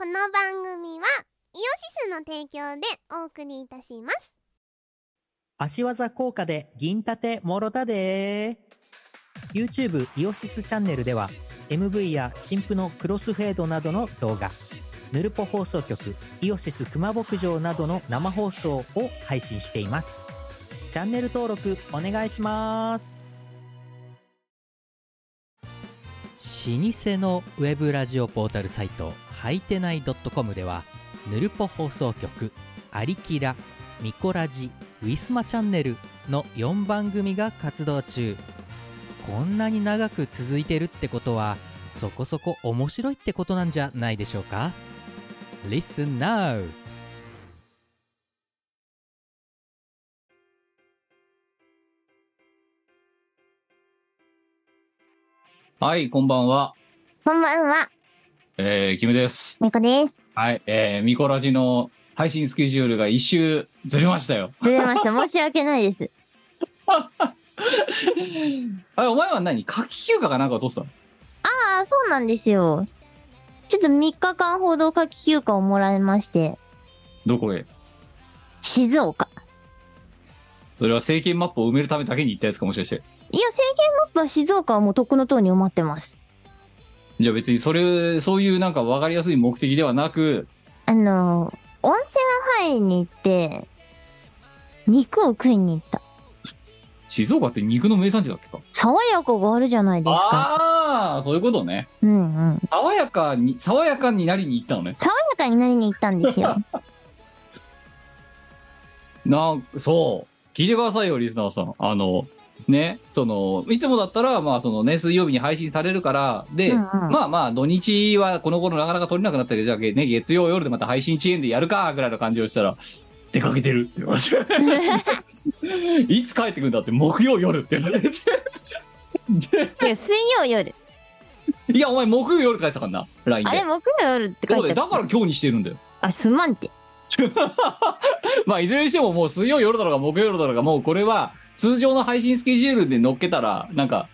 の番組はイオシスの提供でお送りいたします足技効果で銀盾もろたで YouTube イオシスチャンネルでは MV や新婦のクロスフェードなどの動画ヌルポ放送局イオシス熊牧場などの生放送を配信していますチャンネル登録お願いします老舗のウェブラジオポータルサイトはいてない .com ではぬるぽ放送局「アリキラ」「ミコラジ」「ウィスマチャンネル」の4番組が活動中こんなに長く続いてるってことはそこそこ面白いってことなんじゃないでしょうか Listen now! はい、こんばんは。こんばんはえー、キムです。みこですはい、えー、ミコラジの配信スケジュールが一周ずれましたよ。ずれました申し訳ないですあれ、お前は何夏季休暇かなんかを取ってたの ああそうなんですよちょっと3日間ほど夏季休暇をもらいましてどこへ静岡それは政権マップを埋めるためだけに行ったやつかもしかして。いや政権マップは静岡はもうとっくの塔に埋まってますじゃあ別にそれ、そういうなんか分かりやすい目的ではなく、あの温泉入りに行って肉を食いに行った静岡って肉の名産地だっけか爽やかがあるじゃないですかああ、そういうことね。うんうん爽やかに、爽やかになりに行ったのね。爽やかになりに行ったんです よなんそう。聞いてくださいよ、リスナーさん。あの、ね、その、いつもだったら、まあ、そのね、水曜日に配信されるから、で、うんうんまあまあ、土日はこの頃なかなか取れなくなったけど、じゃあ、ね、月曜夜でまた配信遅延でやるか、ぐらいの感じをしたら、出かけてるって言われて、いつ帰ってくるんだって、木曜夜って言われて、でいや水曜夜いや、お前、木曜夜って返したからな、LINE あれで。木曜夜ってそ書ういだてあよだっからた今日にしてるんだよ。あすまんって まあ、いずれにしても、もう水曜夜だろうが木曜夜だろうが、もうこれは通常の配信スケジュールで乗っけたら、なんか、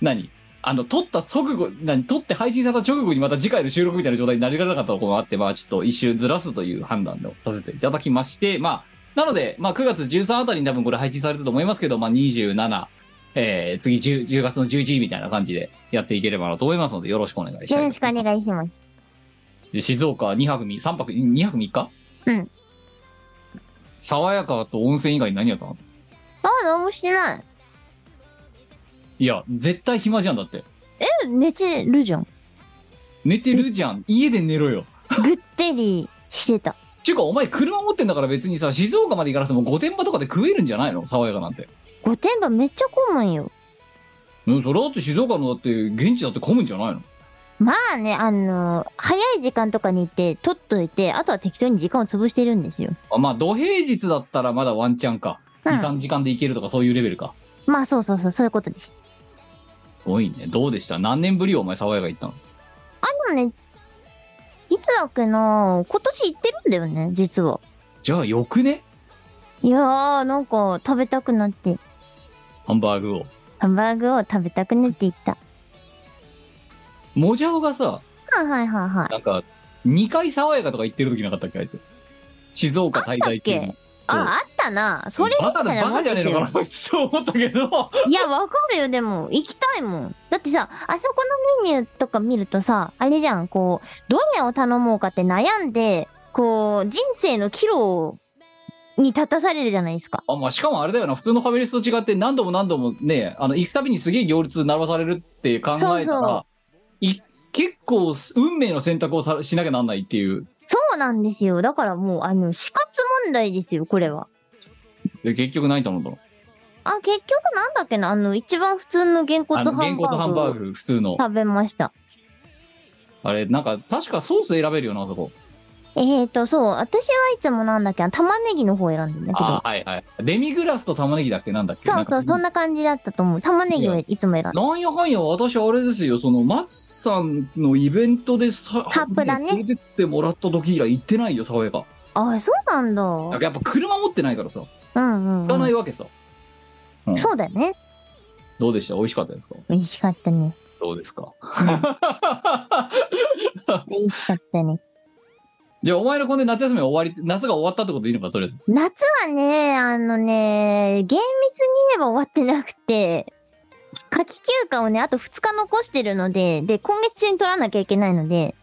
何あの、撮った直後、何撮って配信された直後にまた次回の収録みたいな状態になりかねなかったところがあって、まあ、ちょっと一周ずらすという判断をさせていただきまして、まあ、なので、まあ、9月13あたりに多分これ配信されると思いますけど、まあ、27、えー、次 10, 10月の11日みたいな感じでやっていければなと思いますので、よろしくお願いしたいとよろ思いますしくお願いしますで静岡2泊3三泊2泊3日うん爽やかと温泉以外に何やったのあ何もしてないいや絶対暇じゃんだってえ寝てる じゃん寝てるじゃん家で寝ろよぐってりしてたちゅうかお前車持ってんだから別にさ静岡まで行かなくても御殿場とかで食えるんじゃないの爽やかなんて御殿場めっちゃ混むんようんそれだって静岡のだって現地だって混むんじゃないのまあねあの早い時間とかに行って取っといてあとは適当に時間を潰してるんですよ、あまあ土平日だったらまだワンチャンかうん23、時間で行けるとかそういうレベルかまあそうそうそうそういうことですすごいねどうでした何年ぶりよお前爽やか行ったのでもねいつだっけな今年行ってるんだよね実はじゃあよくねいやーなんか食べたくなってハンバーグをハンバーグを食べたくなっていったもじゃおがさはいはいはいはいなんか、2回爽やかとか言ってる時なかったっけ、あいつ。静岡滞在中あったっに。そうああったなそれみバカたいなだ、バもカんじゃでねえすのよかな、こいつと思ったけど。いやわかるよでも行きたいもんだってさあそこのメニューとか見るとさあれじゃんこうどれを頼もうかって悩んでこう人生の岐路に立たされるじゃないですかあ、まあ、しかもあれだよな、普通のファミレスと違って、何度も何度もね、あの、行くたびにすげえ行列並ばされるって考えたら、そうそい結構、運命の選択をさしなきゃなんないっていう。そうなんですよだからもうあの死活問題ですよこれはで、結局何頼んだのあ結局なんだっけなあの一番普通のげんこあつの、ハ原ン稿とハンババーグをーグ、普通の。食べましたあれ、なんか、確かソース選べるよな、あそこ。えーとそう私はいつもなんだっけな玉ねぎの方選んでんだけどあはいはい。デミグラスと玉ねぎだっけなんだっけそうそなんう、かそんな感じだったと思う。玉ねぎはいつも選んだ。なんやかんや、私あれですよ、その、松さんのイベントでさ、タップだね連れてってもらった時以来行ってないよ、爽やか。あ、そうなんだ。うなんかやっぱ車持ってないからさ、んうん、行かなういん。わけさ。そうだよね。どうでした美味しかったですか美味しかったね。どうですか美味しかったね。 じゃあお前のこんで夏休みが終わり夏が終わったってことでいいのかとりあえず夏はね、あのね、厳密に言えば終わってなくて、夏季休暇をね、あと2日残してるので、で、今月中に取らなきゃいけないので、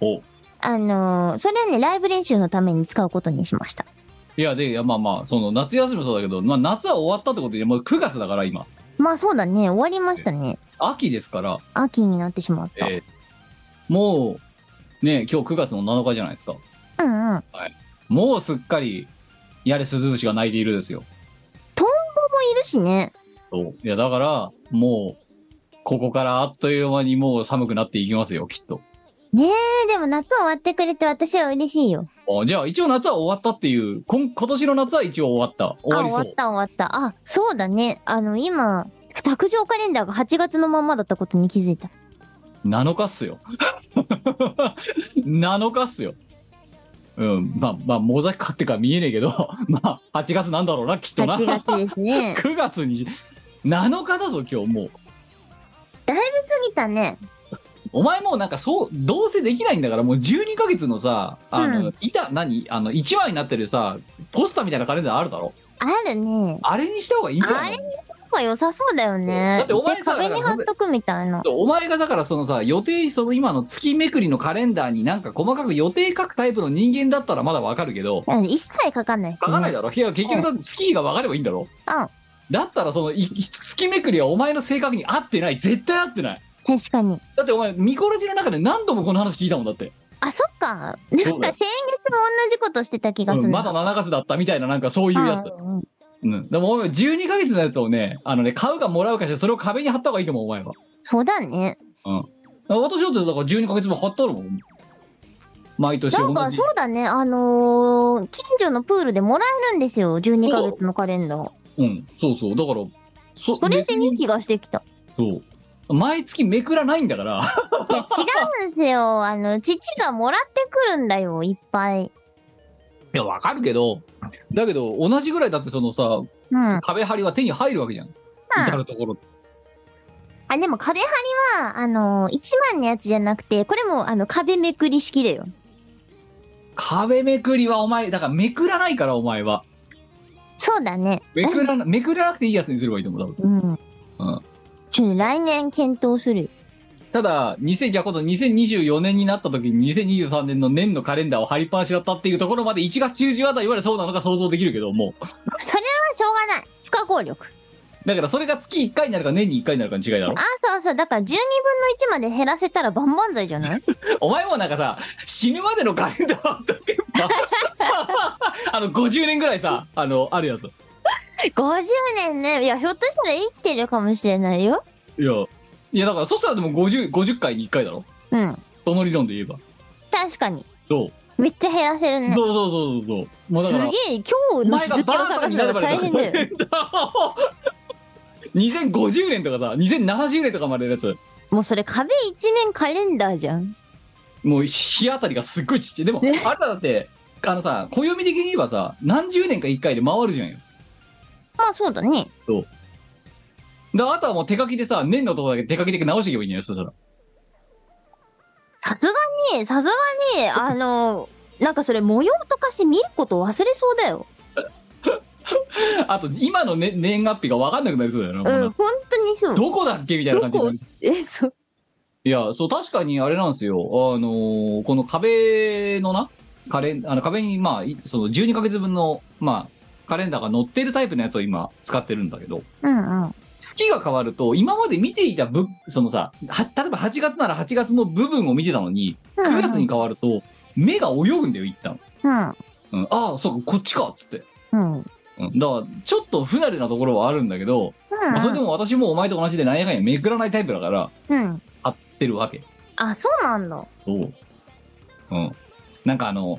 おあのーそれはね、ライブ練習のために使うことにしました。いやでいやまあまあその夏休みもそうだけど、まあ、夏は終わったってことでもう9月だから今まあそうだね、終わりましたね。秋ですから、秋になってしまった。えーもうね今日9月の7日じゃないですかうんうん。もうすっかりやれ鈴虫が鳴いているですよ子もいるしね。そういやだからもうここからあっという間にもう寒くなっていきますよきっとねえ、でも夏終わってくれて私は嬉しいよ。あじゃあ一応夏は終わったっていう今今年の夏は一応終わった終わりあ、終そわうった終わった。あ、そうだね。あの、今、卓上カレンダーが8月のまんまだったことに気づいた。 7日っすよ 7日っすようんまあまあモザイクかってから見えねえけど まあ8月なんだろうなきっとな8月です ね。 9月に7日だぞ今日もうだいぶ過ぎたね。お前もうなんかそうどうせできないんだからもう12ヶ月のさあの、う板何あの1話になってるさポスターみたいなカレンダーあるだろあるね。あれにした方がいいんじゃあないれのにした方が良さそうだよね。だってお前でさ壁に貼っとくみたいな。お前がだからそのさ予定その今の月めくりのカレンダーになんか細かく予定書くタイプの人間だったらまだわかるけどうん一切書かない、ね。書かないだろ、いや結局だって月日が分かればいいんだろ、うんだったらそのいい月めくりはお前の性格に合ってない絶対合ってない確かに。だってお前ミコラジの中で何度もこの話聞いたもんだって、あ、そっか。なんかう先だ月よも同じことしてた気がすうるんな。まだ7月だったみたいななんかそういうやつ、うんうんうん、でもお前12ヶ月のやつをねあのね買うかもらうかしてそれを壁に貼った方がいいと思うお前はそうだね。私だってだから12ヶ月も貼ったのもん毎年な同んかじそうだね。あのー近所のプールでもらえるんですよ。12ヶ月のカレンダー。うんそうそうだからそそれで別にいい気がしてきた。そう。毎月めくらないんだから。いや、違うんですよ。あの、父がもらってくるんだよ、いっぱい。 いや、わかるけど、だけど、同じぐらいだってそのさ、うん。ま壁張りは手に入るわけじゃん。至あ、るところ。あでも壁張りは、あの、1万のやつじゃなくて、これも、あの、壁めくり式だよ。壁めくりはお前、だからめくらないからお前は。そうだね。めくらな、めくらなくていいやつにすればいいと思う。多分うん。うんちょっと来年検討するよ。ただ、2000、じゃあ今度2024年になった時に2023年の年のカレンダーを貼りっぱなしだったっていうところまで1月中旬あたりまでそうなのか想像できるけど、もう。それはしょうがない。不可抗力。だからそれが月1回になるか年に1回になるかの違いだろあ。、そうそう。だから12分の1まで減らせたら万々歳じゃない お前もなんかさ死ぬまでのカレンダー貼っとけば あの50年ぐらいさあのあるやつ ?50 年ね。いや、ひょっとしたら生きてるかもしれないよ。いやいやだからそしたらでも 50, 50回に1回だろうん。その理論で言えば確かに。そうめっちゃ減らせるね。そうそうそうそうそうもうだすげからえ今日の日付をお前がバーバー探にすなのがるまで大だ変だ よ。 2050年とかさ2070年とかまでのやつもうそれ壁一面カレンダーじゃん。もう日当たりがすっごいちっちゃいでもあれねだだってあのさ暦的に言えばさ何十年か1回で回るじゃんよまあそうだね。だからあとはもう手書きでさ年のとこだけ手書きで直していけばいいんじゃないそしたらさすがに、さすが に、あの、なんかそれ模様とかして見ること忘れそうだよ。あと、今の、ね、年月日が分かんなくなりそうだような。ん、本当にそう。どこだっけみたいな感じになるえ、そう。いや、そう、確かにあれなんですよ。あのーこの壁のな、カレン、あの壁に、まあ、いその12ヶ月分の、まあ、カレンダーが載ってるタイプのやつを今使ってるんだけど、うんうん。月が変わると、今まで見ていた部、そのさ、は例えば8月なら8月の部分を見てたのに、9月に変わると、目が泳ぐんだよ、一旦。うんうん、ああ、そうか、こっちか、つって。うん。うん。うん、だから、ちょっと不慣れなところはあるんだけど、まあそれでも私もお前と同じでなんやかんやめくらないタイプだからうん。合ってるわけあ、そうなんだ。そううんなんかあの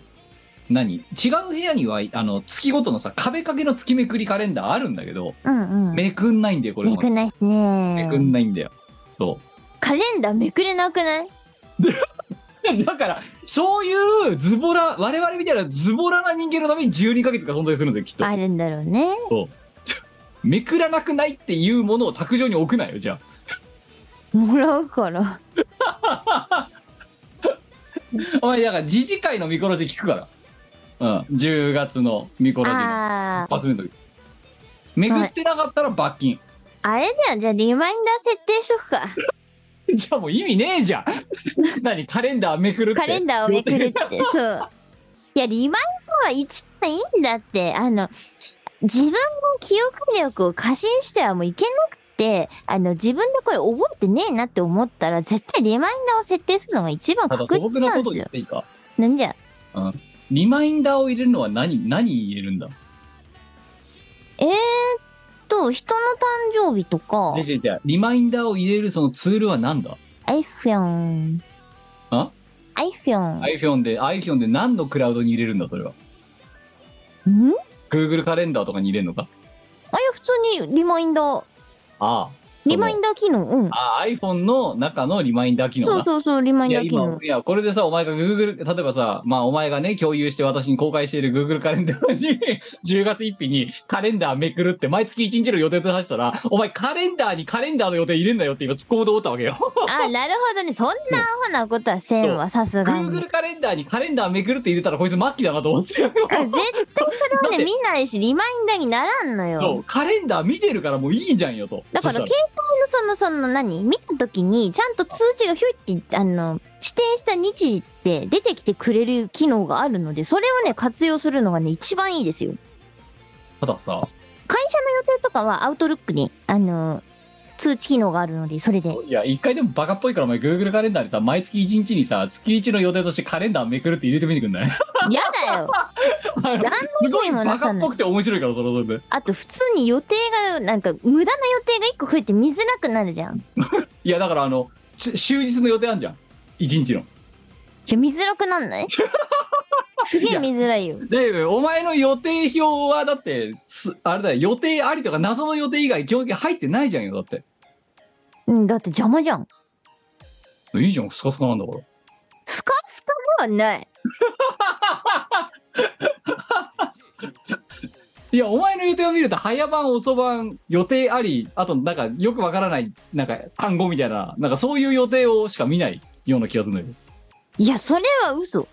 何違う部屋にはあの月ごとのさ壁掛けの月めくりカレンダーあるんだけどうんうん。めくんないんだよこれめもくんないっすめくんね。ないんだよそカレンダーめくれなくないう だからそういうズボラ我々みたいなズボラな人間のために12ヶ月が存在するんだよきっとあるんだろうね。めくらなくないっていうものを卓上に置くなよじゃあもらうから。お前だから自治会の見殺し聞くからうん10月の見殺しのあー、集めときめぐってなかったら罰金、 あれだよ。じゃあリマインダー設定しとくか。じゃあもう意味ねえじゃん 何カレンダーめくるってカレンダーをめくる って、そう。いや、リマインダーは一番いいんだって、あの、自分の記憶力を過信してはもういけなくて、あの、自分でこれ覚えてねえなって思ったら、絶対リマインダーを設定するのが一番ただ確素実朴ななこんとです言よっ。ていいかなんじゃ、リマインダーを入れるのは何何入れるんだえーっと、人の誕生日とかじゃ、じゃじゃリマインダーを入れるそのツールは何だアイフィオン。あアイフィオン。 iPhone で iPhone で何のクラウドに入れるんだそれはん Google カレンダーとかに入れるのかあ、いや、普通にリマインダー、ああリマイダーンダー機能、うん。ああ iPhone の中のリマインダー機能そうなそうそう、リマイいンやダー機今能。いやこれでさお前が Google 例えばさまあお前がね共有して私に公開している Google カレンダーに10月1日にカレンダーめくるって毎月1日の予定と出したらお前カレンダーにカレンダーの予定入れんなよって今突っ込むと思ったわ けよ あ、なるほどね。そんなアホなことはせんわ、さすがに Google。カレンダーにカレンダーめくるって入れたらこいつ末期だなと思ってるよあ絶対それはだってね、見ないし、リマインダーにならんのそよ。うカレンダー見てるからもういいじゃんよとだから、そ携し帯のその、その何、見たときに、ちゃんと通知がひょいって、あの、指定した日時って出てきてくれる機能があるので、それをね、活用するのがね、一番いいですよ。たらたださ会社の予定とかは、アウトルックに、あの、通知機能があるので、それで。いや一回でもバカっぽいからお前 Google カレンダーにさ毎月1日にさ月1の予定としてカレンダーめくるって入れてみてくんない やだよ。あの何のすご意い味もなバさなカいっぽくて面白いからそのそれであと、普通に予定が、なんか、無駄な予定が一個増えて見づらくなるじゃん。いやだからあのし終日の予定あんじゃん一日のじゃ見づらくなん ないすげえ見づらいよ。でお前の予定表はだってすあれだよ予定ありとか謎の予定以外基本的に入ってないじゃんよだってうん、だって邪魔じゃん。いいじゃんスカスカなんだからスカスカではない。いやお前の予定を見ると早番遅番予定ありあとなんかよくわからないなんか単語みたいななんかそういう予定をしか見ないような気がするんだけどいや、それは嘘。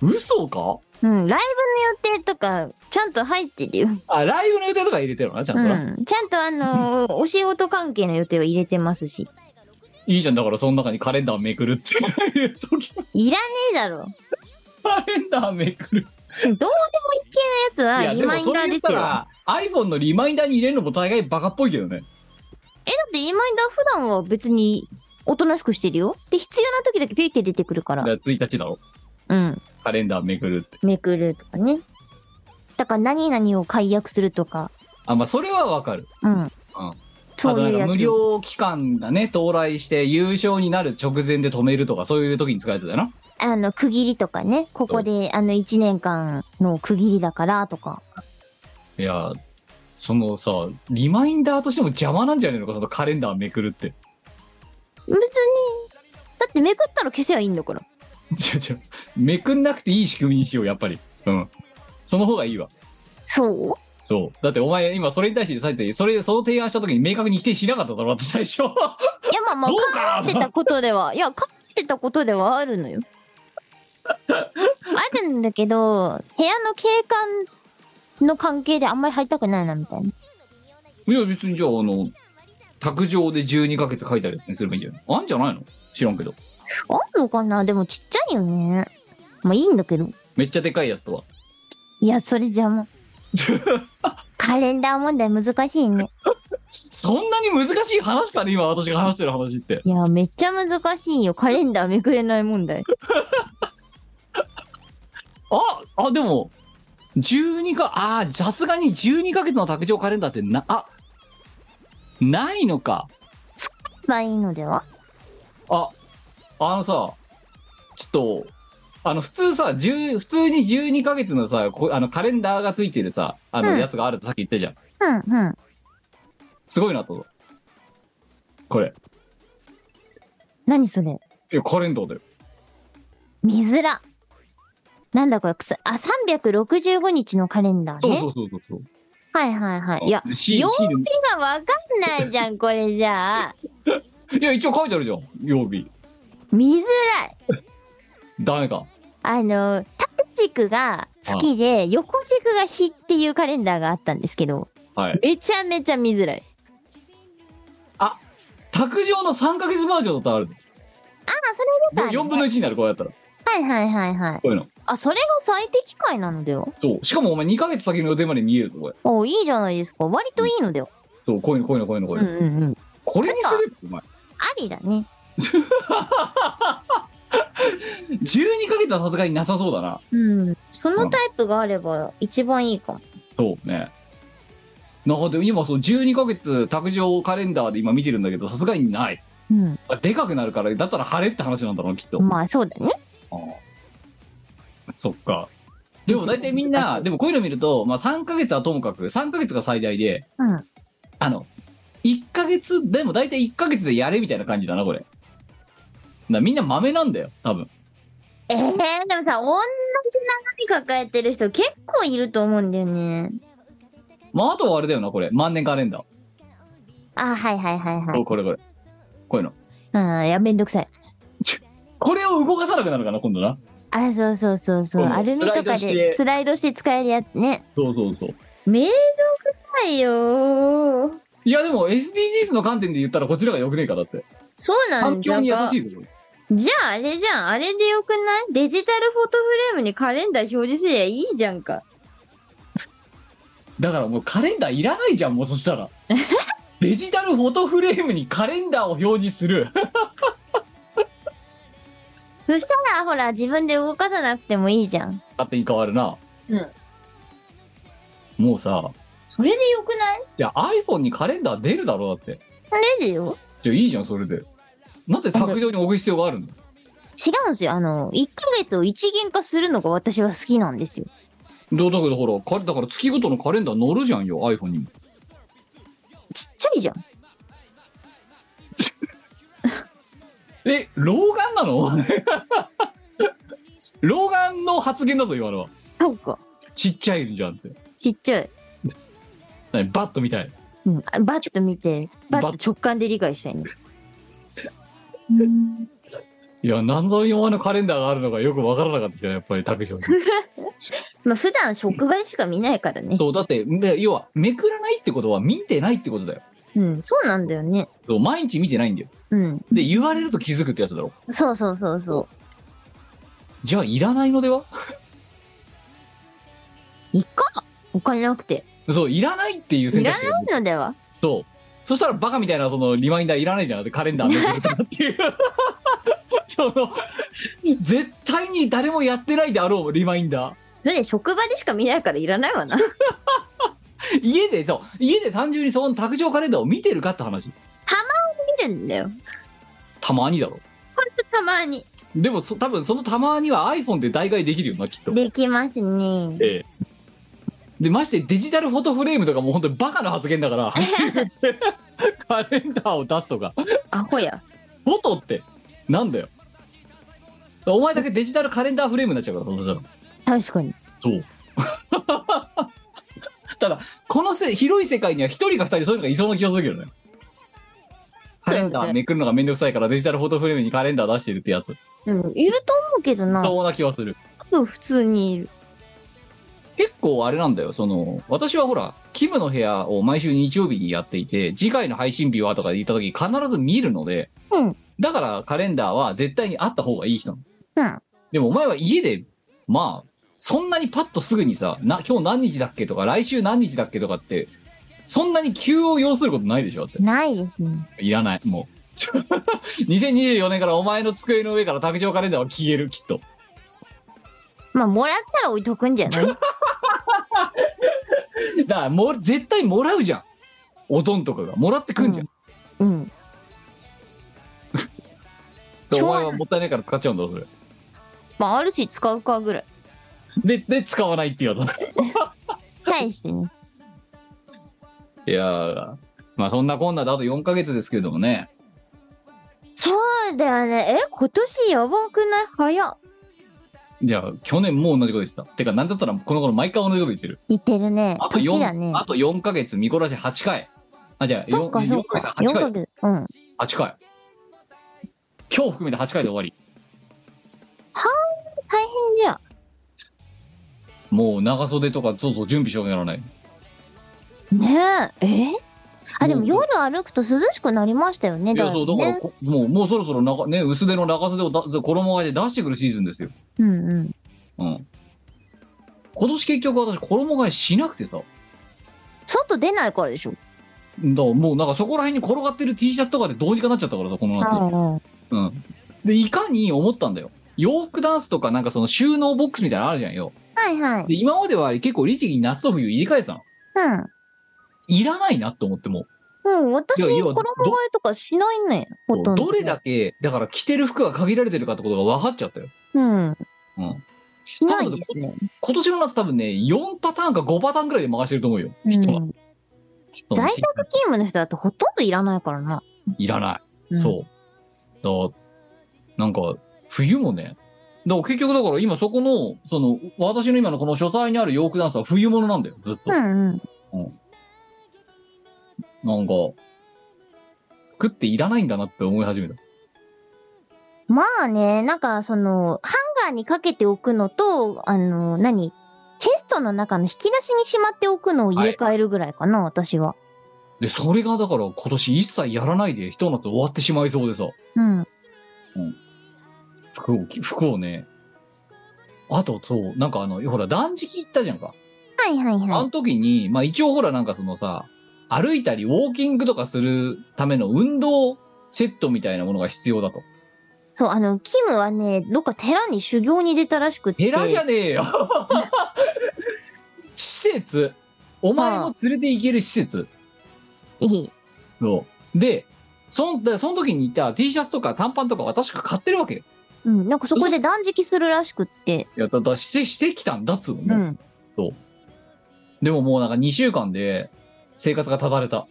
嘘かうん、ライブの予定とか、ちゃんと入ってるよ。あライブの予定とか入れてるのなちゃんうとな、ん。ちゃんとあ のーお仕事関係の予定は入れてますし。いいじゃんだからその中にカレンダーめくるって いう時いらねえだろ。カレンダーめくるどうでもいけないやつはリマインダー言でっすたよ。だら iPhone のリマインダーに入れるのも大概バカっぽいけどねってリマインダー普段は別に、おとなしくしてるよ。で、必要な時だけピュイって出てくるからだか。ら1日だろうん。カレンダーめくるってめくるとかね。だから何々を解約するとか。あまあそれはわかるうん。あそうとないうんかや無つ。料期間がね到来して優勝になる直前で止めるとかそういう時に使えてたよなあの、区切りとかね。ここで、あの、1年間の区切りだからとか。いやそのさリマインダーとしても邪魔なんじゃねえのかそのカレンダーめくるって 別に、だってめくったら消せばいいんだから。違う違うめくんなくていい仕組みにしようやっぱりうんその方がいいわそうそうだってお前今それに対してさってそれその提案した時に明確に否定しなかっただろだって最初いや、まあまあ、そう考かえてたことでは、いや、考えてたことではある のよ。あるんだけど、部屋の景観の関係であんまり入りたくないな、みたいな。いや別にじゃああの卓上で12ヶ月書いたりすればいいんじゃないあんじゃないの知らんけどあんのかなでもちっちゃいよね。まあいいんだけど。めっちゃでかいやつとは いや、それじゃもう、カレンダー問題難しいね。そんなに難しい話かね今私が話してる話っていや、めっちゃ難しいよ。カレンダーめくれない問題。ああでも12かあーさすがに12ヶ月の卓上カレンダーってなあないのかまあいいのではああのさちょっとあの普通さ10普通に12ヶ月のさこあのカレンダーがついてるさあうのんやつがあるとさっき言ったじゃん、うんうん。すごいなとこれ何それいやカレンダーだよ見づら。なんだこれ、くそあ、365日のカレンダーね。そうそうそうそうそうはいはいはい。いや、シ曜シール今わかんないじゃん、これじゃあ。いや一応書いてあるじゃん曜日見づらい。ダメか。あの、縦軸が好きで、横軸が日っていうカレンダーがあったんですけど、はい。めちゃめちゃ見づらい。卓上の3ヶ月バージョンだったらある。ああ、それだった4分の1になる、こうやったら。こ。はいはいはいはいういうの。あ、それが最適解なのではそう。しかもお前2ヶ月先の予定まで見えるぞ、これ。おいいじゃないですか。割といいのでは。そう、こういうの、こういうの、こういうの、こうういんううの。んうん。これにするお前。ありだね。 12ヶ月はさすがになさそうだな。うん。そのタイプがあれば一番いいかも。そうね。なんかでも今そう12ヶ月卓上カレンダーで今見てるんだけどさすがにないうん。あでかくなるからだったら晴れって話なんだろうなきっと、まあそうだね。あそっかでも大体みんなでもこういうの見ると、まあ、3ヶ月はともかく3ヶ月が最大でうん。あの1ヶ月でも大体1ヶ月でやれみたいな感じだなこれだからみんな豆なんだよ多分えー、でもさ、同じ悩み抱えてる人結構いると思うんだよね。まああとはあれだよなこれ万年カレンダー、あ、はいはいはいはいお。これこれこういうのあーいや、めんどくさい。これを動かさなくなるかな今度なあ、そうそうそうそう。そうアルミとスライドかしでてスライドして使えるやつね。そうそうそうめんどくさいよー。いやでも SDGs の観点で言ったらこちらがよくねえかだってそうなん環じゃ境がに優しじいぞこれゃああれじゃん。あれでよくないデジタルフォトフレームにカレンダー表示すりゃいいじゃんか。だからもうカレンダーいらないじゃんもうそし たらデジタルフォトフレームにカレンダーを表示するそしたらほら自分で動かさなくてもいいじゃん。勝手に変わるなうんもうさそれでよくないいや iPhone にカレンダー出るだろだってなれるよ。じゃあいいじゃんそれでなんで卓上に置く必要があるんだ違うんですよ。あの、1ヶ月を一元化するのが私は好きなんですよ。だだけどほらカレだから月ごとのカレンダー載るじゃんよ iPhone にもちっちゃいじゃん。え老眼 なの老眼の発言だぞ今のはそうか。ちっちゃいじゃんってちっちゃい。何バットみたいうん。あバッと見て、ババッッと直感で理解したいね。いや何の用のカレンダーがあるのかよくわからなかったじゃんやっぱり卓 上にまあ普段職場でしか見ないからね。そうだってで要はめくらないってことは見てないってことだようん。そうなんだよね。そう毎日見てないんだようん。で言われると気づくってやつだろそうそうそうそじゃあいらないのではう。いっか。お金なくて。そういらないっていうい選ら択肢ないのではそうそしたらバカみたいなそのリマインダーいらないじゃんだってカレンダーめくるからっていう その絶対に誰もやってないであろうリマインダーだって職場でしか見ないからいらないわな。家でそう家で単純にその卓上カレンダーを見てるかって話見るんだよ。たまにだろほんとたまに。でもそ多分そのたまには iPhone で代替できるよなきっとできますね。ええでましてデジタルフォトフレームとかもう本当にバカな発言だからはっきり言ってカレンダーを出すとかアホや。フォトってなんだよお前だけデジタルカレンダーフレームになっちゃうからそしたら確かに。そう ただこのせ広い世界には一人か二人そういうのがいそうな気がするけどねカレンダーめくるのがめんどくさいからデジタルフォトフレームにカレンダー出してるってやつうん。いると思うけどな。そうな気はするそう。普通にいる。結構あれなんだよ、その、私はほら、キムの部屋を毎週日曜日にやっていて、次回の配信日はとか言った時必ず見るので、うんだからカレンダーは絶対にあった方がいい人なの。うん。でもお前は家で、まあ、そんなにパッとすぐにさ、な、今日何日だっけとか、来週何日だっけとかって、そんなに急を要することないでしょだっないですね。て。いらない、もう。2024年からお前の机の上から卓上カレンダーは消える、きっと。まあ、もらったら置いとくんじゃないだからもう、絶対もらうじゃん。おどんとかが。もらってくんじゃん。うん。でお前はもったいないから使っちゃうんだろそれまあ、あるし使うかぐらい。でで使わないっていうや つ対してね。いやーまあそんなこんなであと4ヶ月ですけれどもねそうだよね。え、今年やばくない早っ。じゃあ去年も同じこと言ってたてかなんだったらこの頃毎回同じこと言ってる言ってるねあ。と年だ4、ね。あと4ヶ月見こらし8回あじゃあそっかそっか。 4 4ヶヶ月。月うん。 8回8回今日含めて8回で終わり大変じゃん。もう長袖とかそうそう準備しようやらないねえ。えあ、でもうん夜歩くと涼しくなりましたよね、いやいそぶうだからね。こもうもうそろそろ長、ね、薄手の長袖をだ衣替えで出してくるシーズンですよ、うんうん。うん、今年結局私衣替えしなくてさだか外出ないからでしょ。らもうなんかそこら辺に転がってる T シャツとかでどうにかなっちゃったからさこの夏、うんうん、でいかに思ったんだよ洋服ダンスとかなんかその収納ボックスみたいなのあるじゃんよはいはい。で今までは結構律儀に夏と冬入れ替えてたのいらないなと思ってもううん。もう私、いやいや衣替えとかしないね。ほとんど。どれだけだから着てる服が限られてるかってことが分かっちゃったよ、うん。うん、しないですね。今年の夏多分ね4パターンか5パターンぐらいで回してると思うよ、うん。在人は宅その在勤務の人だとほとんどいらないからな。いらない、んそうだなんか冬もねだから結局だから今そこのその私の今のこの書斎にある洋服ダンスは冬物なんだよずっと、うんうん。なんか食っていらないんだなって思い始めたまあね、なんかその、ハンガーにかけておくのと、あの、何チェストの中の引き出しにしまっておくのを入れ替えるぐらいかな、私は。でそれがだから今年一切やらないで一夏終わってしまいそうでさうん。服を着服をねあとそうなんかあのほら断食行ったじゃんかはいはいあはい。の時に、まあ一応ほらなんかそのさ、歩いたりウォーキングとかするための運動セットみたいなものが必要だと。そう、あの、キムはね、どっか寺に修行に出たらしくって。寺じゃねえよ 施設お前も連れて行ける施設いい。そうで、そんでその時にいた T シャツとか短パンとかは確か買ってるわけよ。うん、なんかそこで断食するらしくって。いや、だ、だ、して、してきたんだっつうの、う。もうんでももうなんか2週間で生活がただれた。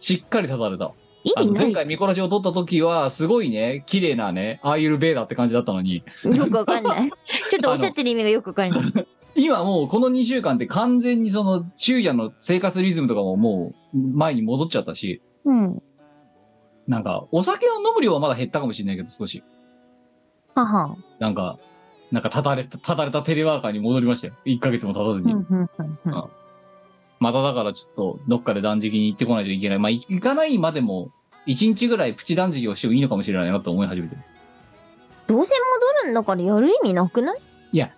しっかりただれた。意あ味のな前い。回ミコラジを撮った時はすごいね綺麗なねアーユルベーダーって感じだったのによくわかん ない。ちょっとおっしゃってる意味がよくわかんない。今もうこの2週間で完全にその昼夜の生活リズムとかももう前に戻っちゃったしうん。なんかお酒を飲む量はまだ減ったかもしれないけど少しはは。なんかなんかただれたただれたテレワーカーに戻りましたよ1ヶ月も経たずうんに、うんうんうん。まただからちょっとどっかで断食に行ってこないといけないまあい行かないまでも1日ぐらいプチ断食をしてもいいのかもしれないなと思い始めてるどうせ戻るんだからやる意味なくないいや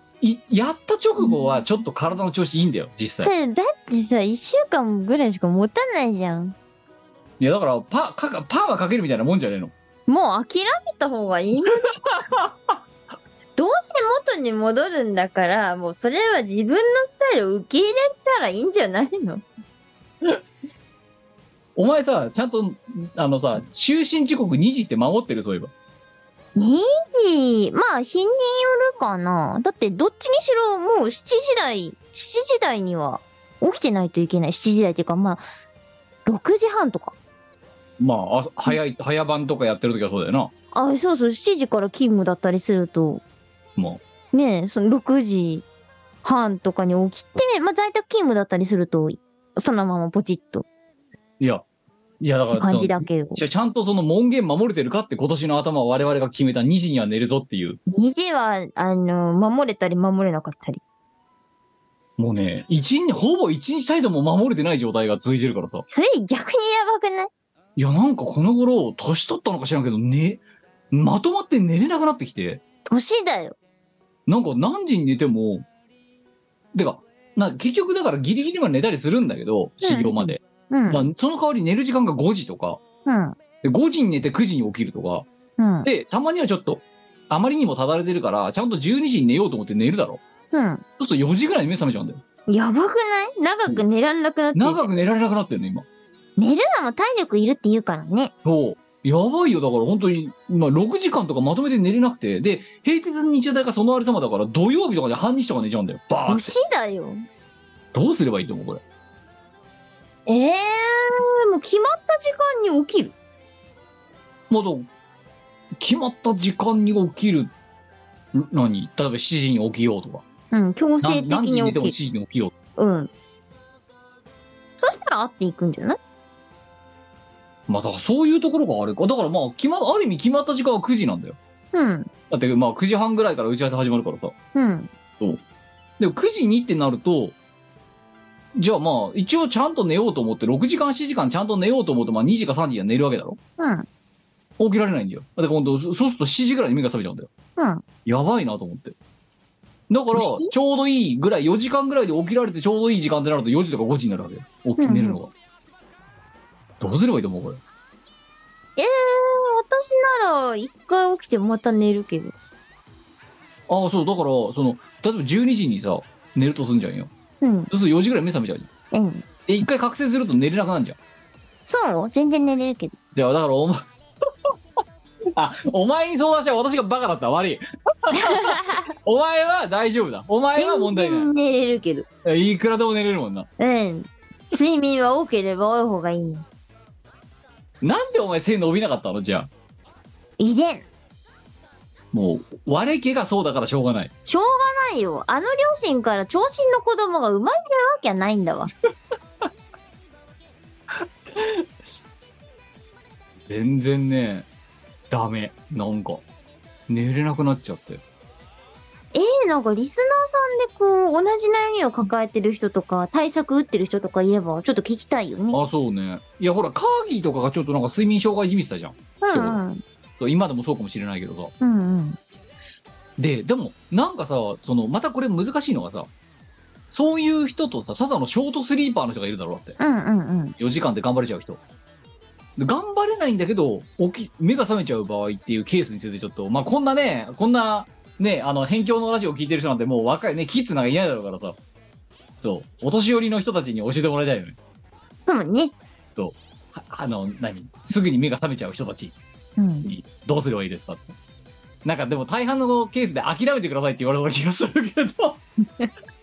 った直後はちょっと体の調子いいんだよ実そ際れだってさ、一週間ぐらいしか持たないじゃん。いやだからパかかパンはかけるみたいなもんじゃねえのもう諦めた方がいい。どうせ元に戻るんだから、もうそれは自分のスタイルを受け入れたらいいんじゃないのお前さちゃんとあのさ就寝時刻2時って守ってるそういえば ?2 時、まあ日によるかな。だってどっちにしろもう7時台、7時台には起きてないといけない。7時台っていうかまあ、6時半とか。まああ早い早番とかやってる時はそうだよあ、そうそう、7時から勤務だったりすると、なもねえ、その6時半とかに起きて、まあ、在宅勤務だったりすると、そのままポチッとういやいやだから感そのじだけど。ちゃちゃんとその門限守れてるかって今年の頭は我々が決めた2時には寝るぞっていう2時は、あの、守れたり守れなかったり。もうね一日ほぼ一日態度も守れてない状態が続いてるからさそれ逆にやばくないいやなんかこの頃年取ったのか知らんけどねまとまって寝れなくなってきて年だよ。なんか何時に寝ても、てか、な結局だからギリギリまで寝たりするんだけど、うん修行まで。うん。うだかん。らその代わり寝る時間が5時とか、で5時に寝て9時に起きるとか、うん。で、たまにはちょっと、あまりにもただれてるから、ちゃんと12時に寝ようと思って寝るだろ。うん。そうすると4時ぐらいに目覚めちゃうんだよ。やばくない長く寝らんなくなってるじゃん長く寝られなくなってるね、今。寝るのも体力いるって言うからね。そう。やばいよ、だから本当に、まあ、6時間とかまとめて寝れなくて、で、平日の日大がそのありさまだから、土曜日とかで半日とか寝ちゃうんだよ。バーって年。だよ。どうすればいいと思う、これ。ええー、もう決まった時間に起きる。まだ決まった時間に起きるん何例えば7時に起きようとかうん、強制何的何時にに寝ても7起きる。時に起きよううん。そしたら合っていくんじゃないまあだからそういうところがあるかだからまあ決まある意味決まった時間は9時なんだようん。だって、まあ、9時半ぐらいから打ち合わせ始まるからさ。うん。でも9時にってなると、じゃあまあ、一応ちゃんと寝ようと思って、6時間、7時間ちゃんと寝ようと思うと、まあ2時か3時には寝るわけだろうん。起きられないんだよ。だって今度、そそうすると7時ぐらいに目が覚めちゃうんだよ。うん。やばいなと思って。だから不思議、ちょうどいいぐらい、4時間ぐらいで起きられてちょうどいい時間ってなると4時とか5時になるわけよ。起きうんうん寝るのが。どうすればいいと思うこれ。えー、私なら、一回起きてまた寝るけど。ああ、そう、だから、その、例えば12時にさ、寝るとすんじゃんよ。うん。そうすると4時ぐらいに目覚めちゃうじゃん。うん。で、一回覚醒すると寝れなくなるじゃん。そう全然寝れるけど。いやだからお前 あお前に相談したら私がバカだった悪いお前は大丈夫だお前は問全題然寝れるけど。ないいくらでも寝れるもんなうん。睡眠は多ければ多い方がいいの。なんでお前背伸びなかったのじゃあ遺伝。もう割れ毛がそうだからしょうがないしょうがないよ。あの両親から長身の子供が生まれるわけはないんだわ。全然ねダメなんか寝れなくなっちゃってえー、なんかリスナーさんでこう、同じ悩みを抱えてる人とか、対策打ってる人とかいれば、ちょっと聞きたいよね。あそうねいやほらカーギーとかがちょっとなんか睡眠障害気味てたじゃんうんうん。そう今でもそうかもしれないけどさうんうん。ででもなんかさそのまたこれ難しいのがさそういう人とさただのショートスリーパーの人がいるだろうだっうてんうんうん。 4時間で頑張れちゃう人で頑張れないんだけど起き目が覚めちゃう場合っていうケースについてちょっとまあこんなねこんなねあの辺境のラジオを聞いてる人なんてもう若いねキッズなんかいないだろうからさそうお年寄りの人たちに教えてもらいたいよねそうね。はあの何すぐに目が覚めちゃう人たちうん。にどうすればいいですかってなんかでも大半のケースで諦めてくださいって言われた気がするけど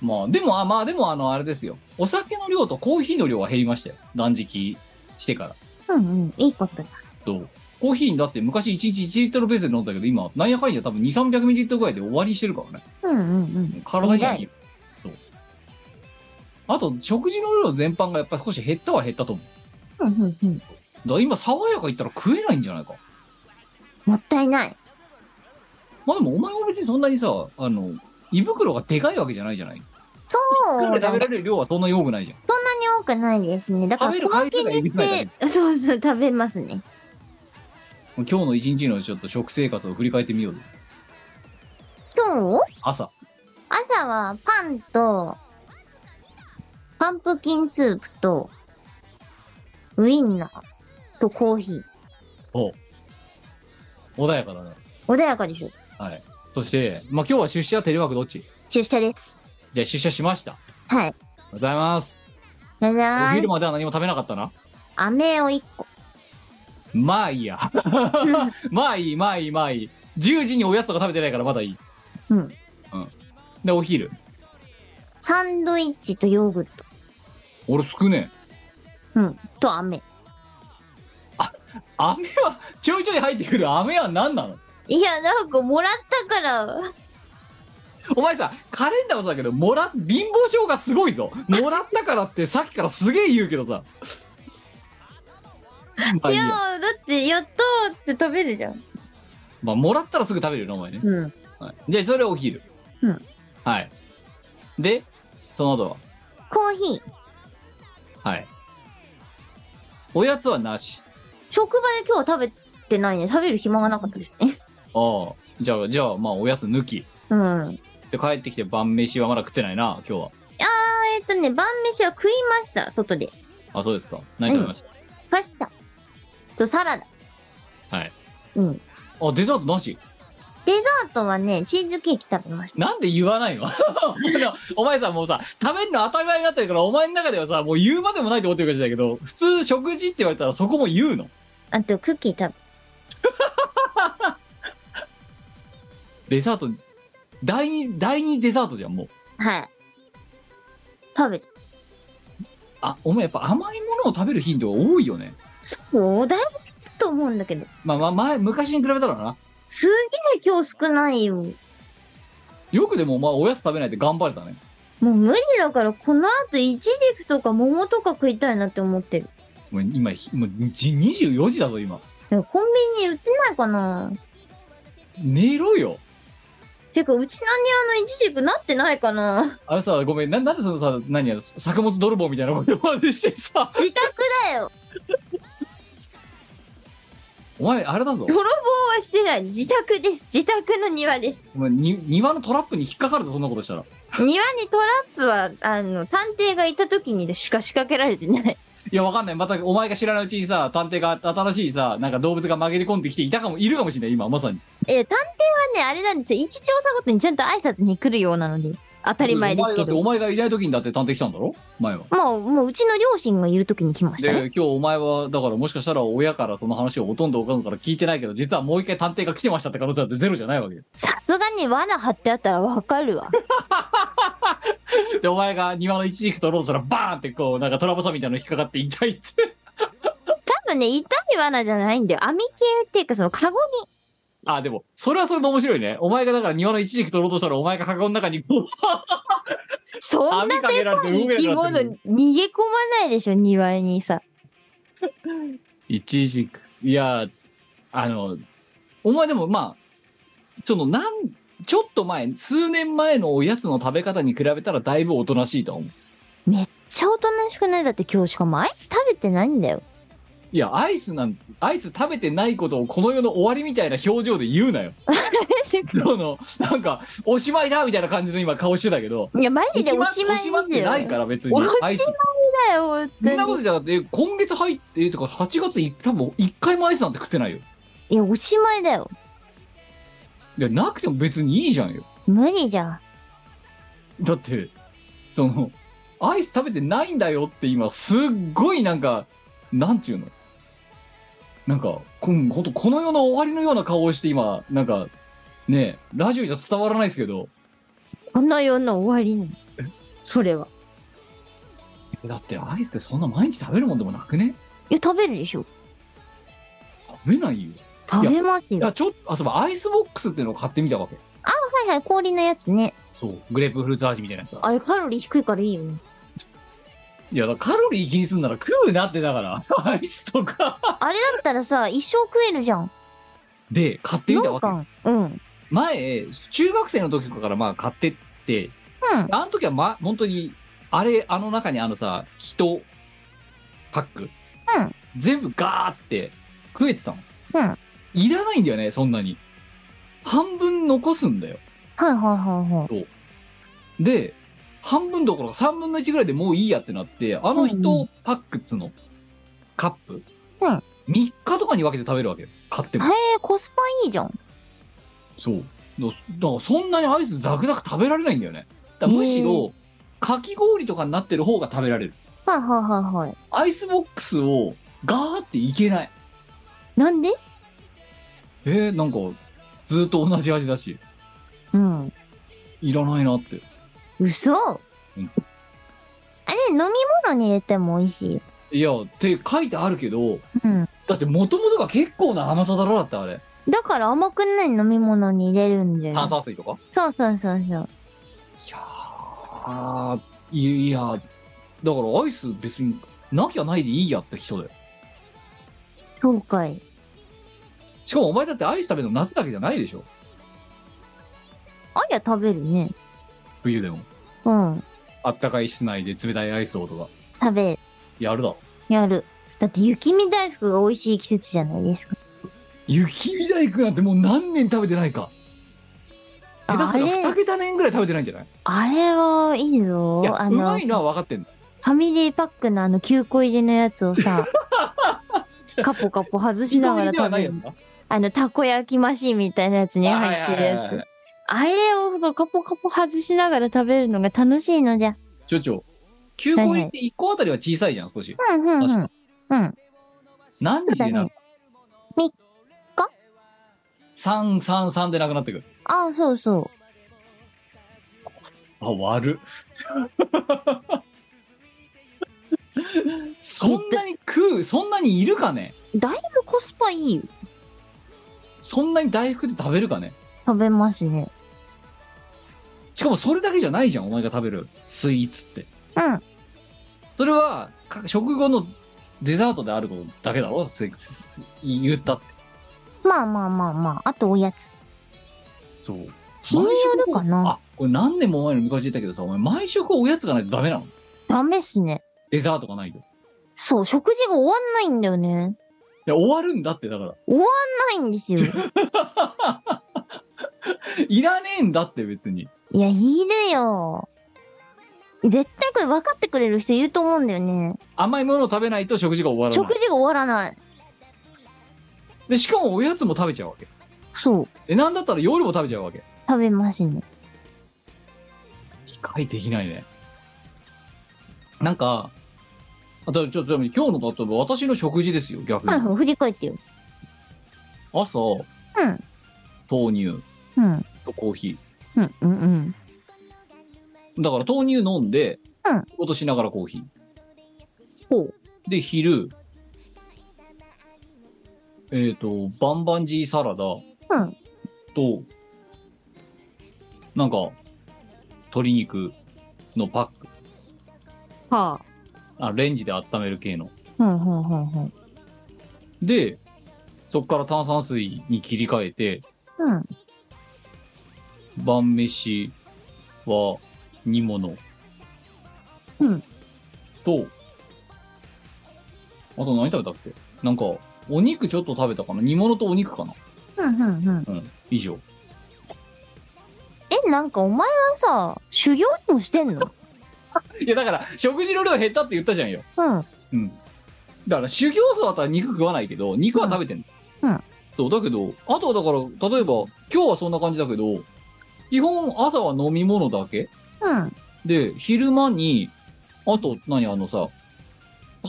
まあでもあまあでもあのあれですよお酒の量とコーヒーの量は減りましたよ断食してからうんうん。いいことだ。とコーヒーだって昔1日1リットルペースで飲んだけど今なんやかんや多分2 3 0 0ミリリットルぐらいで終わりしてるからねうんうん体には偉いいそうあと食事の量全般がやっぱり少し減ったは減ったと思ううん。うんうんうん。だから今爽やか言ったら食えないんじゃないかもったいない。まあでもお前は別にそんなにさ、あの、胃袋がでかいわけじゃないじゃない。そう袋でだ食べねら。れる量はそんなに多くないじゃん。そんなに多くないですね。だから食べる回数がえ小分げけつないだけにして、そうそう、食べますね。今日の一日のちょっと食生活を振り返ってみようぜ今日朝。朝はパンと、パンプキンスープと、ウインナーとコーヒー。おう穏やかだね。穏やかでしょ。はい。そして、まあ今日は出社テレワークどっち出社です。じゃあ出社しました。はい。ございます。なにおゃ昼ーまでは何も食べなかったな。飴を一個。まあいい や。まあいい、まあいい、まあいい。10時におやつとか食べてないからまだいい。うん。で、お昼。サンドイッチとヨーグルト。俺少ねうえ。ん。と飴。飴は、ちょいちょい入ってくる飴は何なのいや、なんかもらったから、お前さカレンダーもそうだけどもら貧乏症がすごいぞもらったからってさっきからすげえ言うけ どさまあいいいやや、だって、やったーっつって食べるじゃん。まあ、もらったらすぐ食べるよなお前ね、うん。はい、でそれお昼うんはいでその後コーヒー。ははいおやつはなし職場で今日は食べてないね。食べる暇がなかったですね。ああじゃあじゃあまあおやつ抜きうん。で帰ってきて晩飯はまだ食ってないな今日はえっとね、晩飯は食いました、外で。あそうですか何食べましパスタとサラダ。たはいうん。あデザートなしデザートはね、チーズケーキ食べました。なんで言わないの お前さもうさ食べるの当たり前になってるからお前の中ではさもう言うまでもないと思ってるかもしれないけど普通食事って言われたらそこも言うのあとクッキー食デザート第二第二デザートじゃんもうべ、はい。食べた。あお前やっぱ甘いものを食べる頻度が多いよねそうだいぶと思うんだけど。まあまあ前昔に比べたらなすげえ今日少ないよ。よくでもまあおやつ食べないで頑張れたねもう無理だから、この後イチジクとか桃とか食いたいなって思ってる。もう今ひもうじ24時だぞ今いやコンビニ売ってないかな寝ろよてか、うちの庭のイチジクなってないかな あれさごめんななんでそのさ何や作物泥棒みたいなことまでしてさ自宅だよお前あれだぞ泥棒はしてない自宅です自宅の庭ですお前に庭のトラップに引っかかるぞそんなことしたら庭にトラップはあの探偵がいた時にしか仕掛けられてない いやわかんないまたお前が知らないうちにさ探偵が新しいさなんか動物が紛れ込んできていたかもいるかもしれない今まさにえ探偵はねあれなんですよ一調査ごとにちゃんと挨拶に来るようなので当たり前ですけどお前だってお前がいない時にだって探偵来たんだろ前はもうもううちの両親がいる時に来ましでたね今日お前はだからもしかしたら親からその話をほとんどおかんから聞いてないけど実はもう一回探偵が来てましたって可能性だってゼロじゃないわけ よさすがに罠張ってあったらわかるわ でお前が庭の一軸取ろうとしたらバーンってこうなんかトラボさみたいなの引っかかって痛いって多分ね痛い罠じゃないんだよ網系っていうかそのカゴにあでもそれはそれで面白いねお前がだから庭の一軸取ろうとしたらお前が箱の中にこうそんな網かけられて運生命きに物なっ逃てるげ込まないでしょ庭にさ一軸いやあのお前でもまあそのなんちょっと前数年前のおやつの食べ方に比べたらだいぶおとなしいとは思うめっちゃおとなしくないだって今日しかもアイス食べてないんだよいやアイスなんアイス食べてないことをこの世の終わりみたいな表情で言うなよ そのなんかおしまいだみたいな感じの今顔してたけどいやマジでおしまいですよおしってないから別におしまいアイスだよ本そんな当こにとじゃなくて今月入ってとか8月い多分1回もアイスなんて食ってないよいやおしまいだよいやなくても別にいいじゃんよ無理じゃんだってそのアイス食べてないんだよって今すっごいなんかなんていうのなんかこんほんとこの世の終わりのような顔をして今なんかねえラジオじゃ伝わらないですけどこの世の終わりにそれはだってアイスってそんな毎日食べるもんでもなくねいや食べるでしょ食べないよ食べますいよやちょっとあそうだアイスボックスっていうのを買ってみたわけはいはい氷のやつねそうグレープフルーツ味みたいなやつあれカロリー低いからいいよねいやだからカロリー気にすんなら食うなってだから アイスとかあれだったらさ一生食えるじゃんで買ってみた農わけ家うん前中学生の時とかからまあ買ってってうんあの時は、ま、本当に、あれ、あの中にあのさ、人、パック。うん全部ガーって食えてたの。うんいらないんだよね、そんなに。半分残すんだよ。はいはいはいはいで、半分どころか3分の1ぐらいでもういいやってなって、あの人パックっつうの、カップ。うん3日とかに分けて食べるわけよ。買ってもへ。えコスパいいじゃんそう。だだからそんなにアイスザクザク食べられないんだよね。だからむしへろ、かき氷とかになってる方が食べられる。はいはいはいはいアイスボックスをガーっていけない。なんでえー、なんか、ずっと同じ味だし、うんいらないなって。嘘うんあれ飲み物に入れても美味しいよいや、って書いてあるけど、うんだって元々が結構な甘さだろだってあれ。だから甘くない飲み物に入れるんだよ。炭酸水とかそうそうそうそう。いやー、いいや、だからアイス別になきゃないでいいやって人だよ。そうかい。しかもお前だってアイス食べるの夏だけじゃないでしょありゃ食べるね。冬でも。うん。あったかい室内で冷たいアイスをとか。食べる。やるだろ。やる。だって雪見大福が美味しい季節じゃないですか。雪見大福なんてもう何年食べてないか。下手あすられ2、桁年ぐらい食べてないんじゃないあれはいいぞい。やあうの、まフいのは分かってんのァミリーパックのあの9個入りのやつを さ、カポカポ外しながら食べる。あの、たこ焼きマシンみたいなやつに入ってるやつ。あれをそうカポカポ外しながら食べるのが楽しいのじゃ。つちょちょ9個入りって1個あたりは小さいじゃん少しうんうんう確ん。うん。何日でなそうだね三三三でなくなってくるああ、そうそう。あ悪 っそんなに食うそんなにいるかねだいぶコスパいいよ。そんなに大福で食べるかね食べますね。しかもそれだけじゃないじゃんお前が食べるスイーツってうん。それはか食後のデザートであることだけだろせせ言ったってまあまあまあまあ、あとおやつ。そう日によるかなあこれ何年も前の昔言ったけどさお前毎食おやつがないとダメなのダメっすね。デザートがないといそう、食事が終わんないんだよね。や終わるんだってだから終わんないん ですよ。いらねえんだって別にいや、いるよ。絶対これ分かってくれる人いると思うんだよね。甘いものを食べないと食事が終わらな食い事が終わらない。でしかもおやつも食べちゃうわけそう、でなんだったら夜も食べちゃうわけ食べますね。理解できないねなんかあとちょっとでも今日の例えば私の食事ですよ逆にはいはい、振り返ってよ。朝うん、豆乳うん、とコーヒうん、うん、うん。ーだから豆乳飲んで、うん仕事しながらコーヒほう。ーで昼えっ、とバンバンジーサラダうん、となんか鶏肉のパックはあ。あレンジで温める系のうん、うん、うん、うん。でそこから炭酸水に切り替えてうん、晩飯は煮物うんとあと何食べたっけなんかお肉ちょっと食べたかな煮物とお肉かなうん、うん、うん。以上え、なんかお前はさ、修行もしてんのいやだから食事の量減ったって言ったじゃんようん、うんだから修行僧だったら肉食わないけど肉は食べてんうのんうんそうだけどあとはだから例えば今日はそんな感じだけど基本朝は飲み物だけうん、で、昼間に、あと、何、あのさ、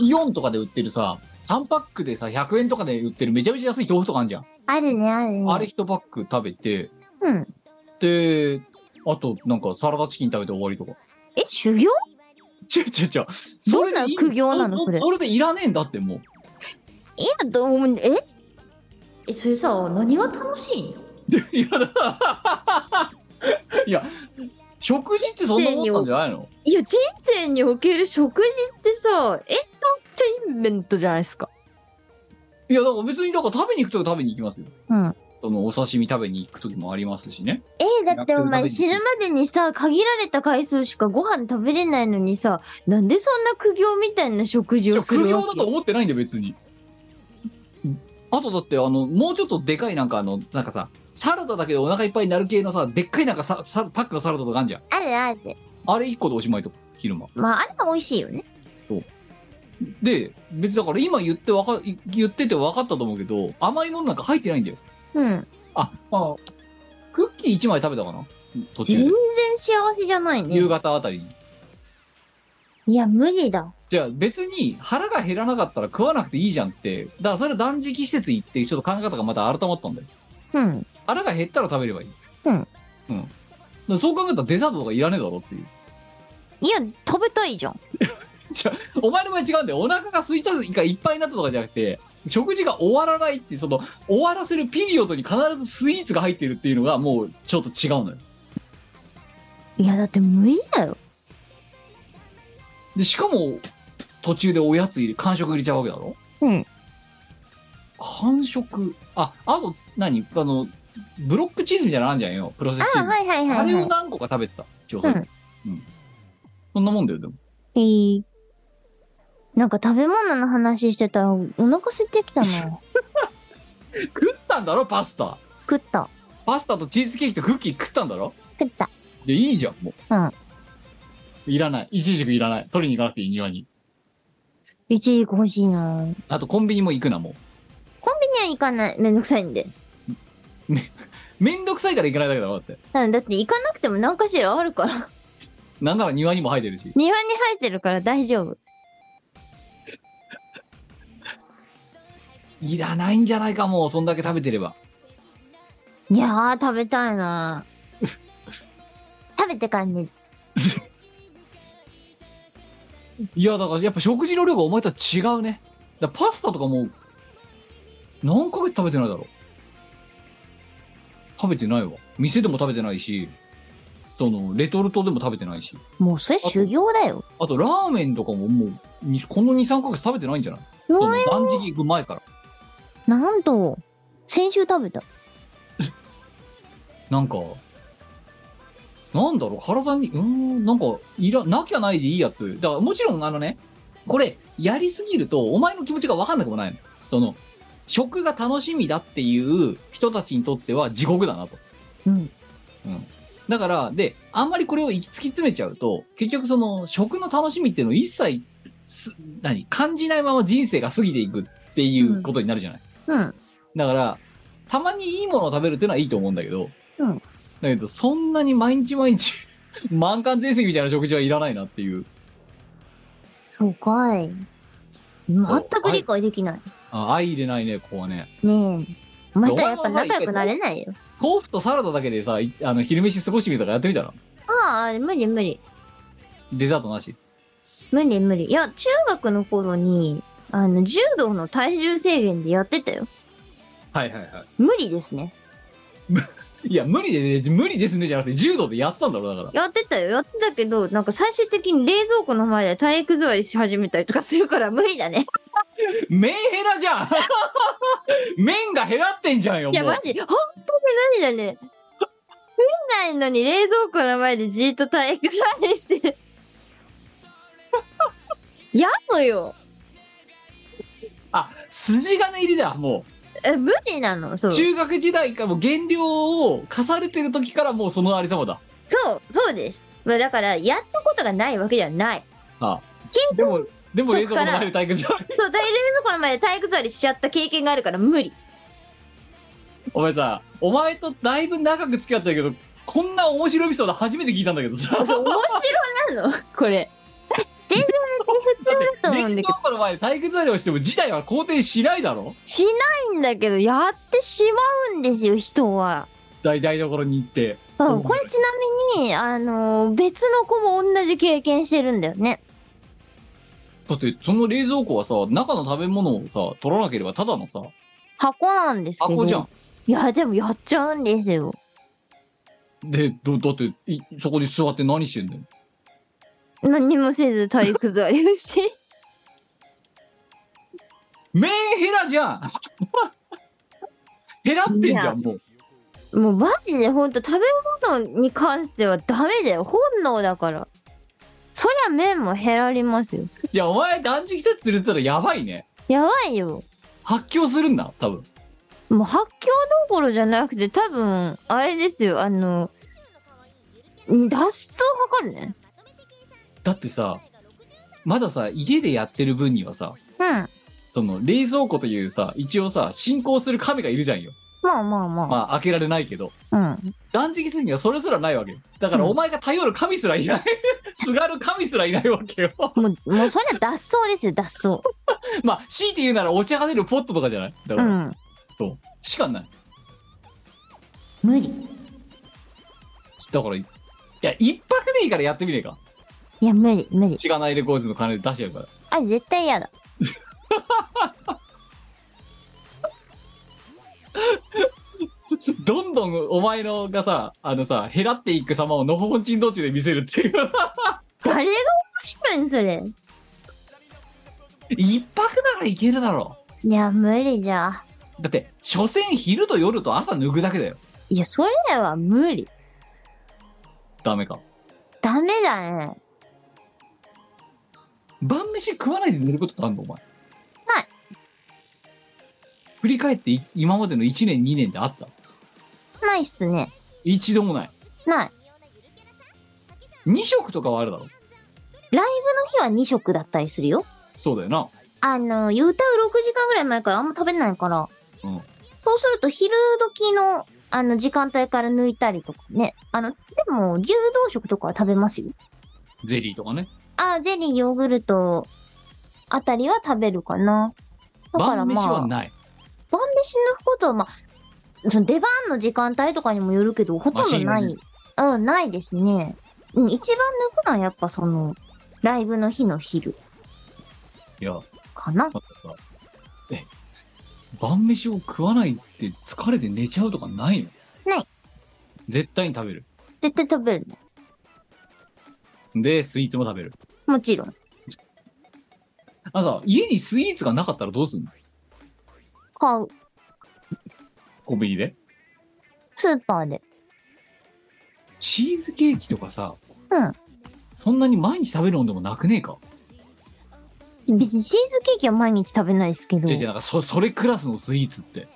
イオンとかで売ってるさ、3パックでさ、100円とかで売ってるめちゃめちゃ安い豆腐とかあるじゃん。あるね、あるね。あれ1パック食べて、うん。で、あと、なんかサラダチキン食べて終わりとか。え、修行ちょちょちょ。どんな苦行なのそそれでいいれそれでいらねえんだって、もう。 いや、どうも、ええ、それさ、何が楽しいのいや、だいや、食事ってそんなもんなんじゃないのいや、人生における食事ってさ、エンターテインメントじゃないですか。いや、だから別に、だから食べに行くとき食べに行きますよ。うん。その、お刺身食べに行くときもありますしね。えー、だってお前死ぬまでにさ、限られた回数しかご飯食べれないのにさ、なんでそんな苦行みたいな食事じをゃす苦る行わだけと思ってないんだよ別にあとだってあのもうちょっとでかいなんかあのなんかさサラダだけでお腹いっぱいになる系のさでっかいなんかささパックのサラダとかあんじゃんあるある。あれ1個でおしまいと昼間まあ、あれは美味しいよね。で別にだから今言ってわか言ってて分かったと思うけど甘いものなんか入ってないんだようん。あまあクッキー1枚食べたかな途中全で然幸せじゃないね夕。方あたりにいや、無理だ。じゃあ別に腹が減らなかったら食わなくていいじゃんってだからそれは断食施設行ってちょっと考え方がまた改まったんだようん。腹が減ったら食べればいい。うん。うん。だからそう考えたらデザートとかいらねえだろっていう。いや、食べたいじゃん。お前の場合違うんだよ。お腹が空いたかいっぱいになったとかじゃなくて、食事が終わらないって、その、終わらせるピリオドに必ずスイーツが入ってるっていうのが、もうちょっと違うのよ。いや、だって無理だよ。で、しかも、途中でおやつ入れ、間食入れちゃうわけだろうん。間食。あ、あと何、あの、ブロックチーズみたいなのあるじゃんよ。プロセスチああ、ーズ。はいはいはい、はい。あれを何個か食べてた。今日、うん。そんなもんだよ、でも。えー、なんか食べ物の話してたらお腹空いてき たな。食ったんだろ、パスタ。食った。パスタとチーズケーキとクッキー食ったんだろ食った。でいいじゃんもう、うんいらない一軸いらない取りに行かなくていい庭にいちじく欲しいな。あとコンビニも行くなもコンビニは行かない。めんどくさいんで。うめんどくさいから行かないだけだろだってうんだって行かなくても何かしらあるから。 なんなら庭にも生えてるし庭に生えてるから大丈夫。いらないんじゃないかもうそんだけ食べてればいやー、食べたい な。食べてからね。いやだからやっぱ食事の量がお前とは違うねだからパスタとかもう何ヶ月食べてないだろ食べてないわ店でも食べてないしそのレトルトでも食べてないしもうそれ修行だよ。あとラーメンとかももうにこの23ヶ月食べてないんじゃないそうのえ断食行く前からなんと、先週食べた。なんか、なんだろう、原さんに、うーん、なんか、いら、なきゃないでいいやって。だから、もちろん、あのね、これ、やりすぎると、お前の気持ちが分かんなくもないの。その、食が楽しみだっていう人たちにとっては地獄だなと。うん。うん。だから、で、あんまりこれを行き突き詰めちゃうと、結局その、食の楽しみっていうのを一切、す、何、感じないまま人生が過ぎていくっていうことになるじゃない。うん。だから、たまにいいものを食べるっていうのはいいと思うんだけど、うんだけど、そんなに毎日毎日、 満館全席みたいな食事はいらないなっていう。そうかい。全く理解できない。あ相入れないね、ここはね。ねえ。またやっぱ仲良くなれないよ。豆腐とサラダだけでさ、いあの昼飯過ごしてみるとかやってみたらああ、無理無理。デザートなし。無理無理。いや、中学の頃に、あの、柔道の体重制限でやってたよ。はいはいは無理ですね。い。いや、無理で、ね、無理ですね、じゃなくて、柔道でやってたんだろう、だから。やってたよ。やってたけど、なんか最終的に冷蔵庫の前で体育座りし始めたりとかするから無理だね。麺減らじゃん 麺が減らってんじゃんよ、いや、もうマ。ジ、本当に無理だね。無理ないのに冷蔵庫の前でじーっと体育座りしてる。やむよ。あ、筋金入りだ、もう。え、無理なの。そう。そう、中学時代からもう減量を重ねてる時からもうそのありさまだそうです。まあ、だから、やったことがないわけじゃない。あ経で験もでもそっ冷蔵庫の前で体育場にそう、大冷蔵庫の前で体育座りしちゃった経験があるから無理。お前さお前とだいぶ長く付き合ってるけどこんな面白いエピソード初めて聞いたんだけどさそう面白なの これ。全然普通だと思うんだ冷けど蔵。庫の前で体育座りをしても事態は肯定しないだろしないんだけど、やってしまうんですよ、人は。大台所に行ってう、うんんこれちなみに、あのー別の子も同じ経験してるんだよね。だってその冷蔵庫はさ中の食べ物をさ取らなければただのさ箱なんですけど。箱じゃんいや、でもやっちゃうんですよ。でどだっていそこに座って何してんだよ何もせず体育座りをして。メンヘラじゃん 減らってんじゃんもうもうマジでほんと食べ物に関してはダメだよ。本能だから。そりゃ麺も減らりますよ。じゃあお前断食説連れてたらやばいねやばいよ。発狂するんだ多分もう発狂どころじゃなくて多分あれですよあのん脱出を図るねだってさまださ家でやってる分にはさうんその冷蔵庫というさ一応さ進行する神がいるじゃんよまあまあままあ開けられないけどあ、うん断食説にはそれすらないわけよだからうんお前が頼る神すらいない すがる神すらいないわけよ もうもうそれは脱走ですよ脱走まあ強いて言うならお茶が出るポットとかじゃないだうから、んしかない無理だからいや一泊でいいからやってみねえかいや無理無理しがないレコーズの金で出してやるからあ絶対嫌だどんどんお前のがさあのさ減らっていく様をのほほんちんどっちで見せるっていう 誰が面白いんそれ一泊ならいけるだろいや無理じゃうだって所詮昼と夜と朝脱ぐだけだよいやそれは無理ダメかダメだね晩飯食わないで寝ることってあんのお前ない振り返ってい今までの1年2年であったないっすね一度もないない2食とかはあるだろ今日は2食だったりするよそうだよなあの歌う6時間ぐらい前からあんま食べないからうんそうすると昼時のあの時間帯から抜いたりとかね。あの、でも牛丼食とかは食べますよ。ゼリーとかねあー、ゼリー、ヨーグルトあたりは食べるかな。だから晩ま飯あ、はない、晩飯抜くことはまあ、その出番の時間帯とかにもよるけど、ほとんどなまあ深い。うん、ないですね。うん、一番抜くのはやっぱその、ライブの日の昼いやかな。またさえ晩飯を食わないって疲れて寝ちゃうとかないのない絶対に食べる絶対食べるね。でスイーツも食べるもちろん。あのさ家にスイーツがなかったらどうすんの買う。コンビニでスーパーで。チーズケーキとかさうんそんなに毎日食べるもんでもなくねえか別にチーズケーキは毎日食べないですけど。違う違ういなんかそそれクラスのスイーツって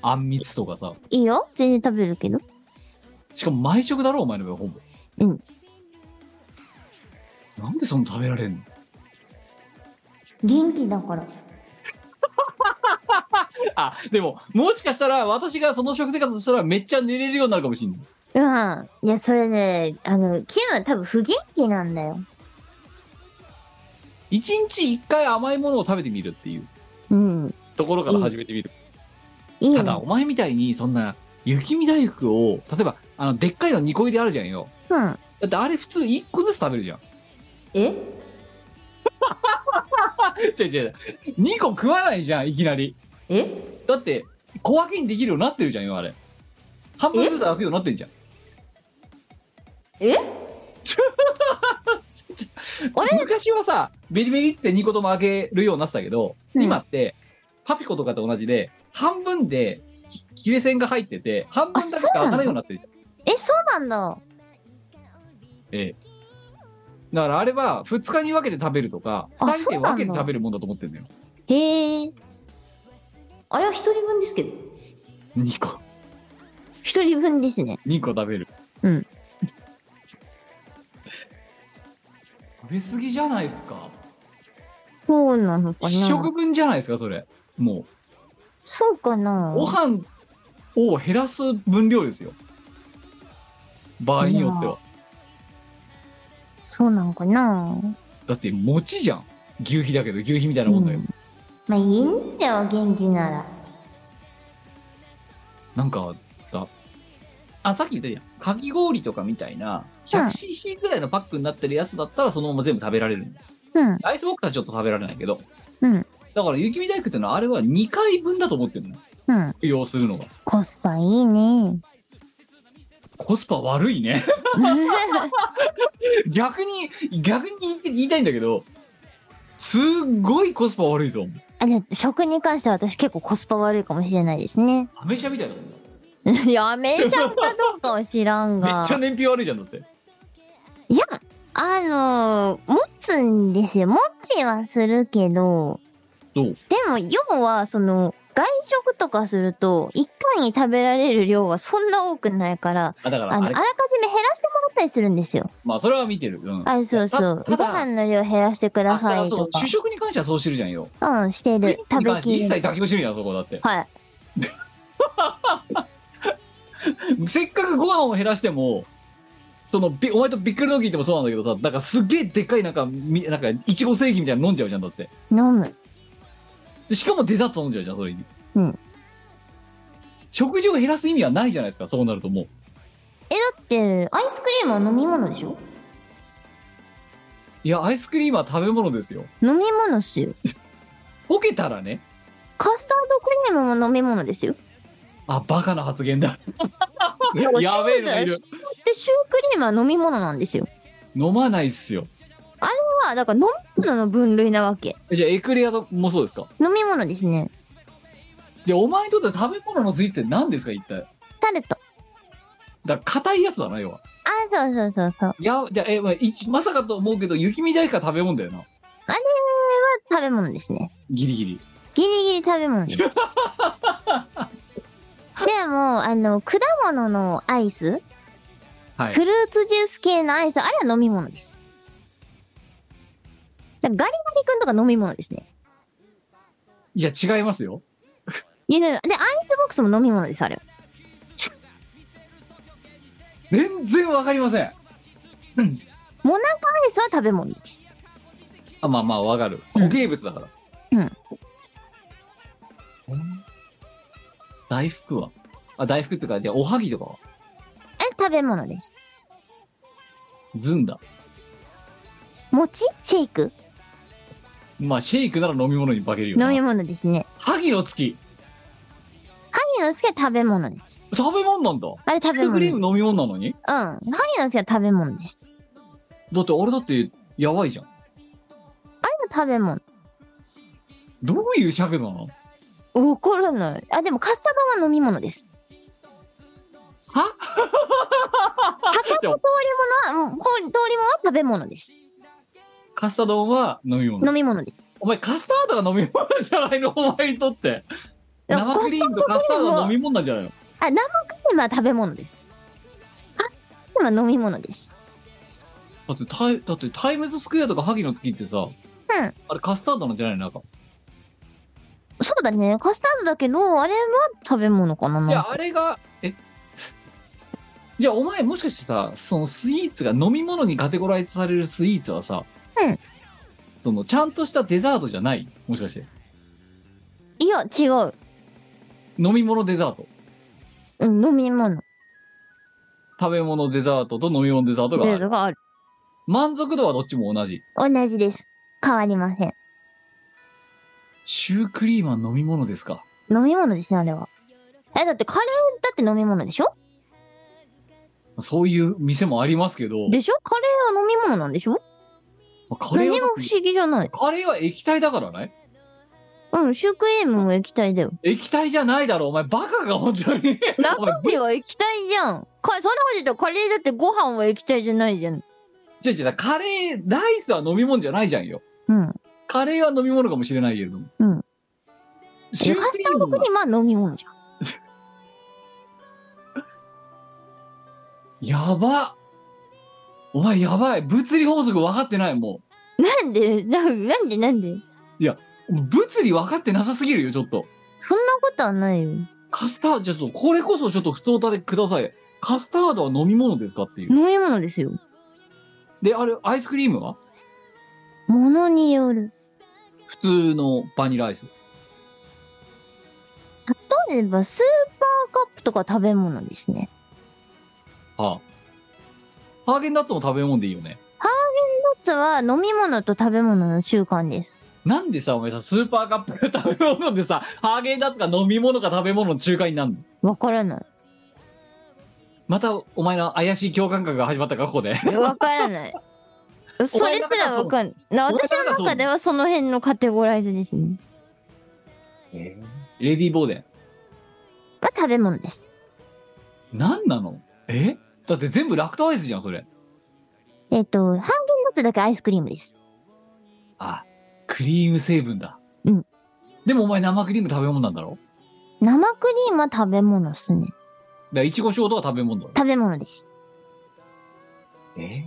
あんみつとかさいよ全然食べるけど。しかも毎食だろお前の場合ほぼうんなんでそんな食べられんの元気だから。あでももしかしたら私がその食生活をしたらめっちゃ寝れるようになるかもしんないうん。いや、それね、あの、キムは多分不元気なんだよ。一日一回甘いものを食べてみるっていううん。ところから始めてみる、いいただよ。お前みたいにそんな雪見大福を例えばあのでっかいの2個入りあるじゃんようん。だってあれ普通1個ずつ食べるじゃんえ 違う違う2個食わないじゃんいきなりえだって小分けにできるようになってるじゃんよあれ半分ずつ開くようになってんじゃん えあれ昔はさベリベリって2個とも開けるようになってたけど、うん今ってパピコとかと同じで半分でき切れ線が入ってて半分だけしか開かないようになってるじゃんえ、そうなんだ。ええだからあれは2日に分けて食べるとかあ2人でそ分けうなてんだ食べるもんだと思ってんだよへえ。あれは一人分ですけど。 2個一人分ですね。 2個食べるうん食べ過ぎじゃないですかそうなのかな。 1食分じゃないですかそれもそうかなう。ご飯を減らす分量ですよ場合によってはそうなのかな。だって餅じゃん牛皮だけど牛皮みたいなもんだよ、うんまあいいんだよ、元気なら。なんかさあさっき言ったじゃんかき氷とかみたいな 100cc ぐらいのパックになってるやつだったらそのまま全部食べられるんだようん、アイスボックスはちょっと食べられないけどうん、だから雪見大福ってのはあれは2回分だと思ってるのうん。要するのがコスパいい ね。コスパ悪いね 逆に逆に言いたいんだけどすっごいコスパ悪いぞあでも食に関しては私結構コスパ悪いかもしれないですね。 アメ車みたいなもんだやめちゃったどうかは知らん めがっち。ゃ燃費悪いじゃんだっていや、あのー、持つんですよ。持ちはするけど、どうでも要はその外食とかすると一回に食べられる量はそんな多くないからあだかあらのああれらかじめ減らしてもらったりするんですよ。まあそれは見てるうんあそうそう。たごただ飯の量減らしてくだあさいそとうか主。食に関してはそうしてるじゃんようん、してる。スイーツ食に関べしてき一切る。妥協してるじゃんそこだって はい。せっかくご飯を減らしてもそのびお前とびっくりドンキーでもそうなんだけどさだからすげえでっかいなんかみなんかいちご正義みたいなの飲んじゃうじゃんだって飲む。でしかもデザート飲んじゃうじゃんそれにうん食事を減らす意味はないじゃないですかそうなるともうで、アイスクリームは飲み物でしょいやアイスクリームは食べ物ですよ飲み物っすよ。ボケたらねカスタードクリームも飲み物ですよ。あバカな発 言だなんかやべシえューのいるシューってシュークリームは飲み物なんですよ。飲まないっすよまあ、だから飲み物の分類なわけ。じゃあエクレアともそうですか飲み物ですね。じゃあお前にとって食べ物のスイーツって何ですか一体だかタルト。ら硬いやつだな要はあ、そうそうそうそう。いや、じゃあ、え、まあ、一まさかと思うけど、雪見大福は食べ物だよな。食べ物ですね。ギリギリ。ギリギリ食べ物 です。でも、あの、果物のアイス、はいフ。ルーツジュース系のアイス、あれは飲み物です。だからガリガリ君とか飲み物ですね。いや、違いますよ。いや、で、アイスボックスも飲み物です、あれは。全然わかりません。うんモナカアイスは食べ物です。あまあまあ、わかる。固形物だから。うん。大福はあ、大福っていうか、じゃあ、おはぎとかはえ、食べ物です。ずんだ。餅シェイクまあ、シェイクなら飲み物に化けるよ飲な。み物ですね。はぎの月。ハギの助は食べ物です。食べ物なんだ。あれ食べシュークリー物。ム飲み物なのにうん。ハギの助は食べ物です。だって、あれだって、やばいじゃん。あれも食べ物。どういう尺度なのわからない。あ、でもカスタバは飲み物です。は高で子も通りものは、うんほん通りものは食べ物です。カスタードは飲み物飲み物です。お前カスタードが飲み物じゃないのお前にとっていや生クリームとカスタードは飲み物なんじゃないのあ、生クリームは食べ物です。カスタバは飲み物です。だってタイだってタイムズスクエアとか萩の月ってさうん。あれカスタードなんじゃないのなんかそうだね。カスタードだけど、あれは食べ物かな。いやあれがえじゃあお前もしかしてさそのスイーツが飲み物にカテゴライズされるスイーツはさ、うんそのちゃんとしたデザートじゃないもしかしていや、違う。飲み物デザートうん、飲み物。食べ物デザートと飲み物デザートがあレーるズがある。満足度はどっちも同じ同じです。変わりません。シュークリームは飲み物ですか飲み物ですね、あれは。え、だってカレーだって飲み物でしょそういう店もありますけど、でしょカレーは飲み物なんでしょまあカレーは何も不思議じゃない。カレーは液体だからねうん、シュークリームも液体だよ。液体じゃないだろお前バカが本当にお前中身は液体じゃん。かそんなこと言ったらカレーだってご飯は液体じゃないじゃん。違う違うカレーライスは飲み物じゃないじゃんようん。カレーは飲み物かもしれないけれどもうんシューカクスリターードムクはリームは飲み物じゃん。やばお前やばい物理法則分かってないもなんで、 なんなんで、なんで。う物理分かってなさすぎるよちょっとそんなことはないよ。カスタードちょっとこれこそちょっと普通歌でくださいカスタードは飲み物ですかっていう飲み物ですよ。であれアイスクリームはものによる。普通のバニラアイス例えば、スーパーカップとか食べ物ですね。はあハーゲンダッツも食べ物でいいよね一つは飲み物と食べ物の習慣です。なんでさお前さスーパーカップが食べ物でさハーゲンダッツが飲み物か食べ物の中間になるのわからなまたお前の怪しい共感覚が始まったかここでい。わから ない。それすらわかんない。なお前の中私ではそうの中ではその辺のカテゴライズですね。レディー・ボーデンは食べ物です。何なのえだって全部ラクトアイスじゃんそれえっ、と、ハーゲンダッツだけアイスクリームです。あクリーム成分だうんでもお前生クリーム食べ物なんだろ生クリームは食べ物っすね。だからいちごショートは食べ物だろ食べ物です。え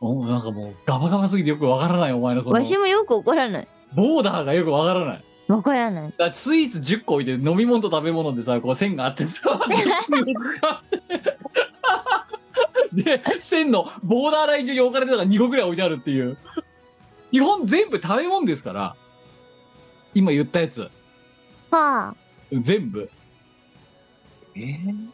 おなんかもうガバガバすぎてよくわからないお前のそのわしもよくわからない。ボーダーがよくわからないわからない。だからスイーツ10個置いて飲み物と食べ物でさこう線があってさどっちに置くかってで線のボーダーライン上に置かれてたのが2個ぐらい置いてあるっていう基本全部食べ物ですから今言ったやつはあ。全部えー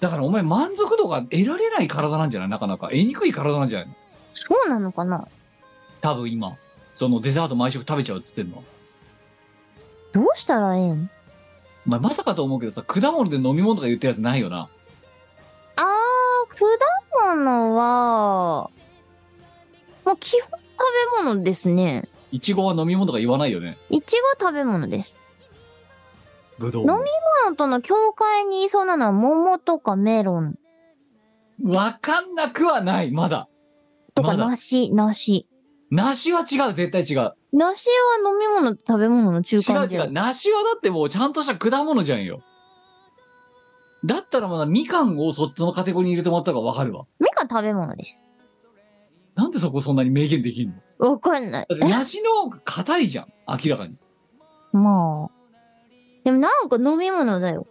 だからお前満足度が得られない体なんじゃないなかなか得にくい体なんじゃないのそうなのかな多分今そのデザート毎食食べちゃうっつってんのどうしたらええんお前まさかと思うけどさ果物で飲み物とか言ってるやつないよなあー、果物は、まあ、基本食べ物ですね。いちごは飲み物とか言わないよね。いちご食べ物です。ぶど飲パンとの境界にいそうなのは桃とかメロンみわかんなくはない、まだ。とかまだ梨、梨。梨は違う、絶対違う。梨は飲み物と食べ物の中間違じうゃ違んう。梨はだってもうちゃんとした果物じゃんよ。だったらまだみかんをそっちのカテゴリーに入れてもらった方がわかるわ。みかん食べ物です。なんでそこそんなに明言できんのわかんない。だって梨の方が硬いじゃん、明らかに。まあ。でもなんか飲み物だよ。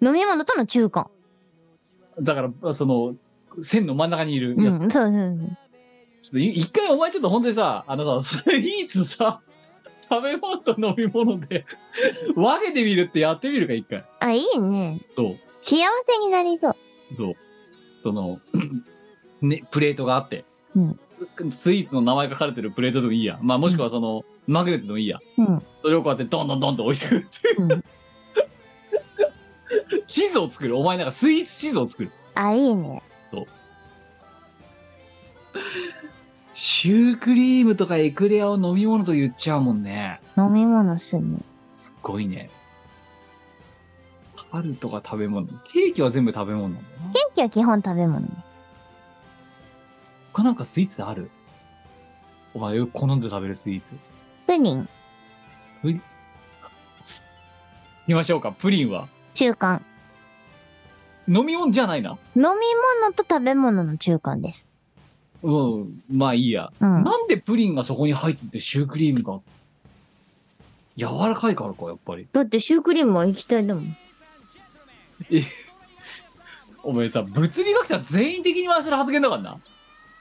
飲み物との中間。だから、その、線の真ん中にいるうやつん、そうそうそう。ちょっとい一回お前ちょっと本当にさ、あのさ、スイーツさ、食べ物と飲み物で分けてみるってやってみるか、一回。あ、いいね。そう、幸せになりそう。そう。その、 ね、プレートがあって、うんス、スイーツの名前書かれてるプレートでもいいや。まあ、もしくはその、マグネットでもいいや。うん。それをこうやってどんどんどんと置いて くっていう、うん地図を作る。お前なんかスイーツ地図を作る。あ、いいね。シュークリームとかエクレアを飲み物と言っちゃうもんね。飲み物っすね。すっごいね。タルとか食べ物。ケーキは全部食べ物なんだな。ケーキは基本食べ物ね。他なんかスイーツあるお前よく好んで食べるスイーツ。プリン、見ましょうか、プリンは。中間。飲み物じゃないな。飲み物と食べ物の中間です。うん、まあいいや。うん。なんでプリンがそこに入っててシュークリームが柔らかいからか、やっぱり。だってシュークリームは液体だもん。お前さ、物理学者全員的に回してる発言だからな。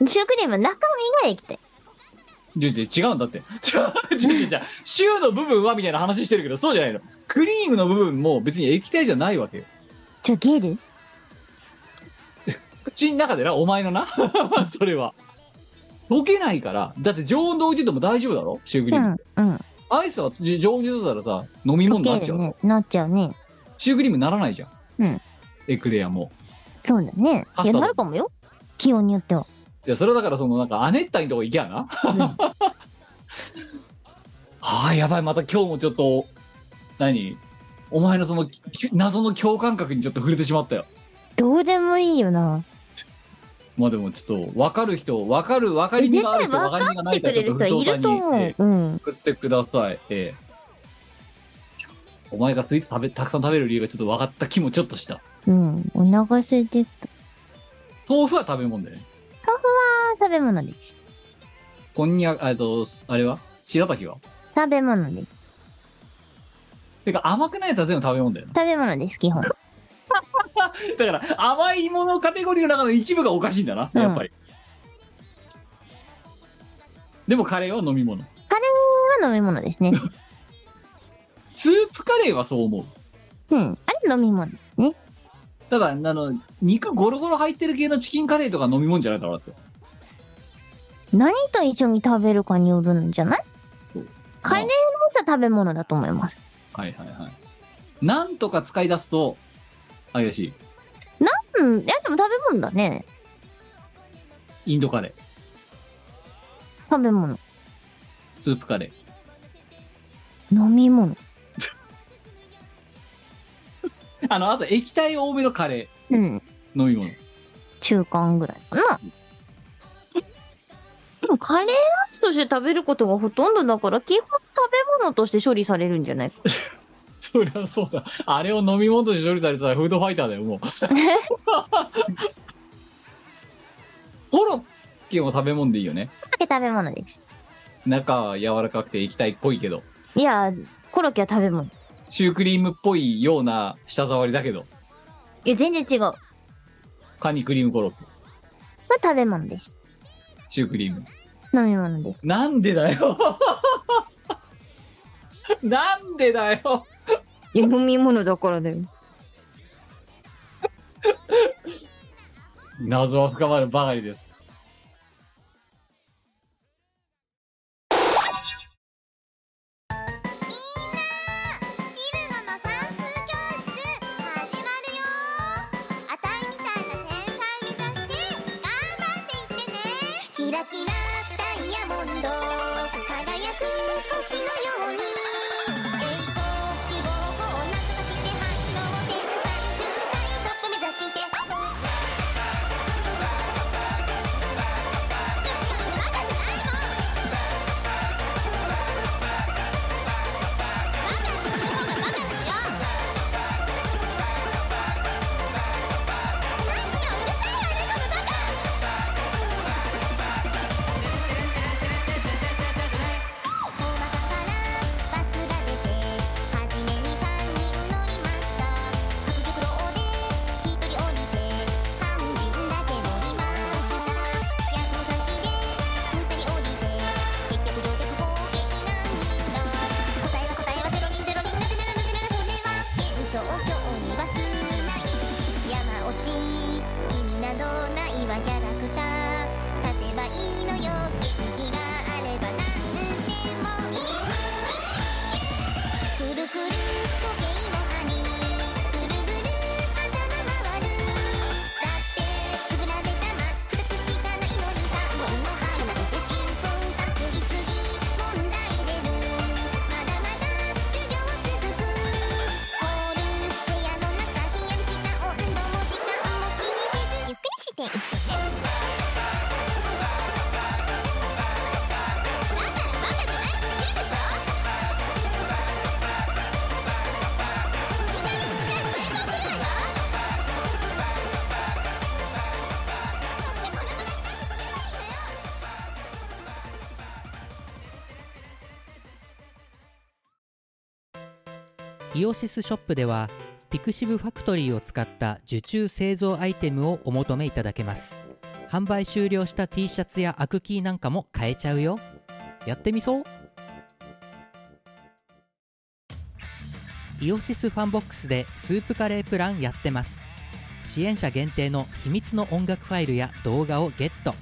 シュークリームは中身が液体。じゃじゃ違うんだって。じゃじゃじゃシューの部分はみたいな話してるけど、そうじゃないの。クリームの部分も別に液体じゃないわけよ。じゃあゲル口の中でな、お前のな。 それは。溶けないから、だって常温で置いてても大丈夫だろシュークうリーム。ん、うん。アイスはじ常温で置いてたらさ、飲み物になっ溶けちゃるう。ね。なっちゃうね。シュークリームならないじゃん。うん。エクレアも。そうだね。パいや、スタだなるかもよ。気温によって は。いや、それはだからその、なんか、亜熱帯のとこ行きゃな。うんはあ、やばい、また今日もちょっと、何お前のその、き謎の共感覚にちょっと触れてしまったよ。どうでもいいよな。まあでもちょっと、わかる人、わかる、わかりみ絶があ対る分人、わかりみがかっなてい人くはちれょるっ人とい不ると相談に、思えう。うんえ。送ってください。ええお前がスイーツ食べ、たくさん食べる理由がちょっと分かった気もちょっとした。うん。お腹空いてきた。豆腐は食べ物だよね。あー食べ物です。こんにゃく、あえっと、あれは白滝は食べ物です。てか甘くないやつは全部食べ物だよな。食べ物です、基本。だから甘いものカテゴリーの中の一部がおかしいんだな、うんやっぱり。でもカレーは飲み物。これは飲み物です ね。スープカレーはそう思う。うん。あれ飲み物ですね。ただ、あの、肉ゴロゴロ入ってる系のチキンカレーとか飲み物じゃないだろうって。何と一緒に食べるかによるんじゃないそう。カレーライスは食べ物だと思います。はいはいはい。なんとか使い出すと、怪しうん。いや、でも食べ物だね。い。インドカレー、食べ物。スープカレー。飲み物。あの、あと液体多めのカレうん。ー、飲み物。中間ぐらいかな。でもカレーライスとして食べることがほとんどだから、基本食べ物として処理されるんじゃないか。そりゃそうだ。あれを飲み物として処理されてたらフードファイターだよ、もう。コロッケも食べ物でいいよね。だけ食べ物です。中は柔らかくて液体っぽいけど、いや、コロッケは食べ物。シュークリームっぽいような舌触りだけど、いや、全然違う。まあ、カニクリームコロッケ、食べ物です。シュークリーム。飲み物です。なんでだよ なんでだよいや、飲み物だからだよ。謎は深まるばかりです。シルノの算数教室始まるよあたいみたいな天才目指して頑張っていってねキラキラダイヤモンド輝く星のように栄光志望をなんとかして廃炉を天才中才トップ目指してあっちょっとバカじゃないもんバカって言う方がバカなのよ何ようるさいわねこのバカ「おばからバスしていってだからバカじゃないって言うでしょいい加減にして成功するわよそしてこの子だけなんてしてないんだよイオシスショップではピクシブファクトリーを使った受注製造アイテムをお求めいただけます販売終了した T シャツやアクキーなんかも買えちゃうよやってみそうイオシスファンボックスでスープカレープランやってます支援者限定の秘密の音楽ファイルや動画をゲット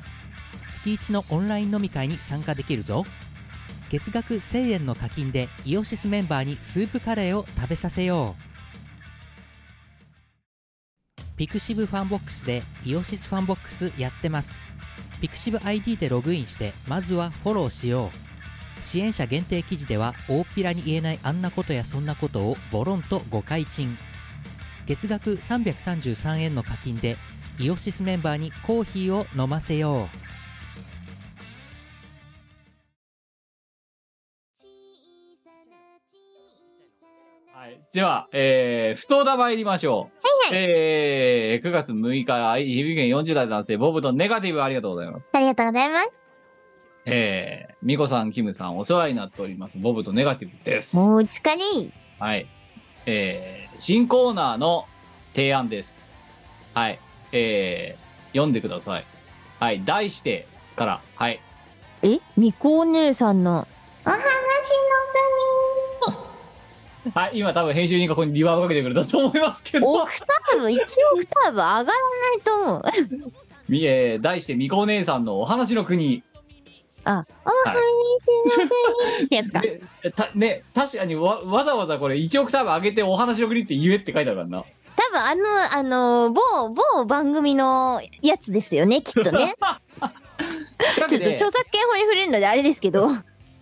月一のオンライン飲み会に参加できるぞ月額1000円の課金でイオシスメンバーにスープカレーを食べさせようピクシブファンボックスでイオシスファンボックスやってますピクシブ ID でログインしてまずはフォローしよう支援者限定記事では大っぴらに言えないあんなことやそんなことをボロンと誤解賃月額333円の課金でイオシスメンバーにコーヒーを飲ませようはい、では、えー、普通だ参りましょう。はいえー、9月6日、愛媛県40代男性、ボブとネガティブありがとうございます。ありがとうございます。えー、ミコさん、キムさん、お世話になっております。ボブとネガティブです。もう疲れい。はい。えー、新コーナーの提案です。はい。えー、読んでください。はい。題してから、はい。えみこお姉さんの。お話のはい。今多分編集人がここにリバーブかけてくれたと思いますけオど、クターブ、1オクターブ上がらないと思う。みえー、題してミコお姉さんのお話の国。あ、お話の国ってやつか。でたね、確かにわわざわざこれ1オクターブ上げてお話の国って言えって書いてあるからな。多分あの、あの、某、某番組のやつです よね、きっとね。ちょっと著作権法に触れるのであれですけど。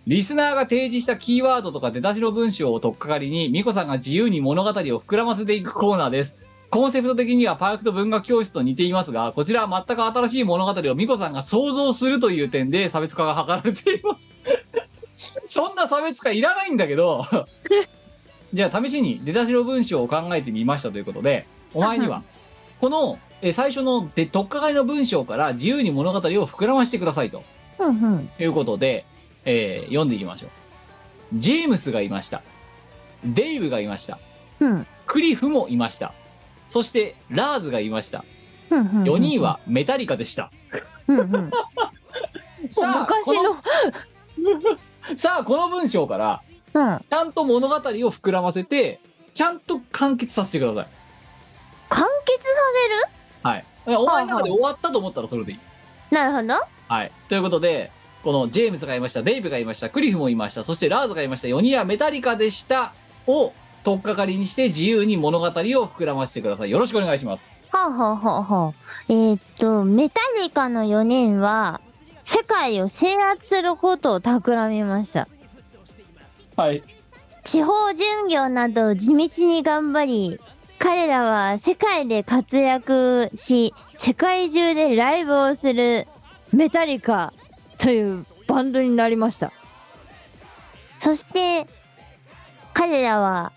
リスナーが提示したキーワードとか出だしの文章を取っかかりに、ミコさんが自由に物語を膨らませていくコーナーです。コンセプト的にはパークと文学教室と似ていますが、こちらは全く新しい物語をミコさんが想像するという点で差別化が図られています。 そんな差別化いらないんだけど、 じゃあ試しに出だしの文章を考えてみましたということで、お前には、このえ最初ので取っかかりの文章から自由に物語を膨らませてくださいと。ふんふん。ということで、えー読んでいきましょう。ジェームスがいました。デイブがいました。ふん。クリフもいました。そして、ラーズがいました。ふんふん。 4人。はメタリカでした。ふんふん。さあ昔の。このさあ、この文章から、うん。ちゃんと物語を膨らませて、ちゃんと完結させてください。完結されるはい。お前の中で終わったと思ったらそれでいい。なるほど。はい。ということで、このジェームスがいました、デイブがいました、クリフもいました、そしてラーズがいました、4人はメタリカでしたを取っかかりにして自由に物語を膨らませてください。よろしくお願いします。ほうほうほうほう。えーっと、メタリカの4人は、世界を制圧することを企みました。はい。地方巡業などを地道に頑張り、彼らは世界で活躍し、世界中でライブをするメタリカというバンドになりました。そして、彼らは、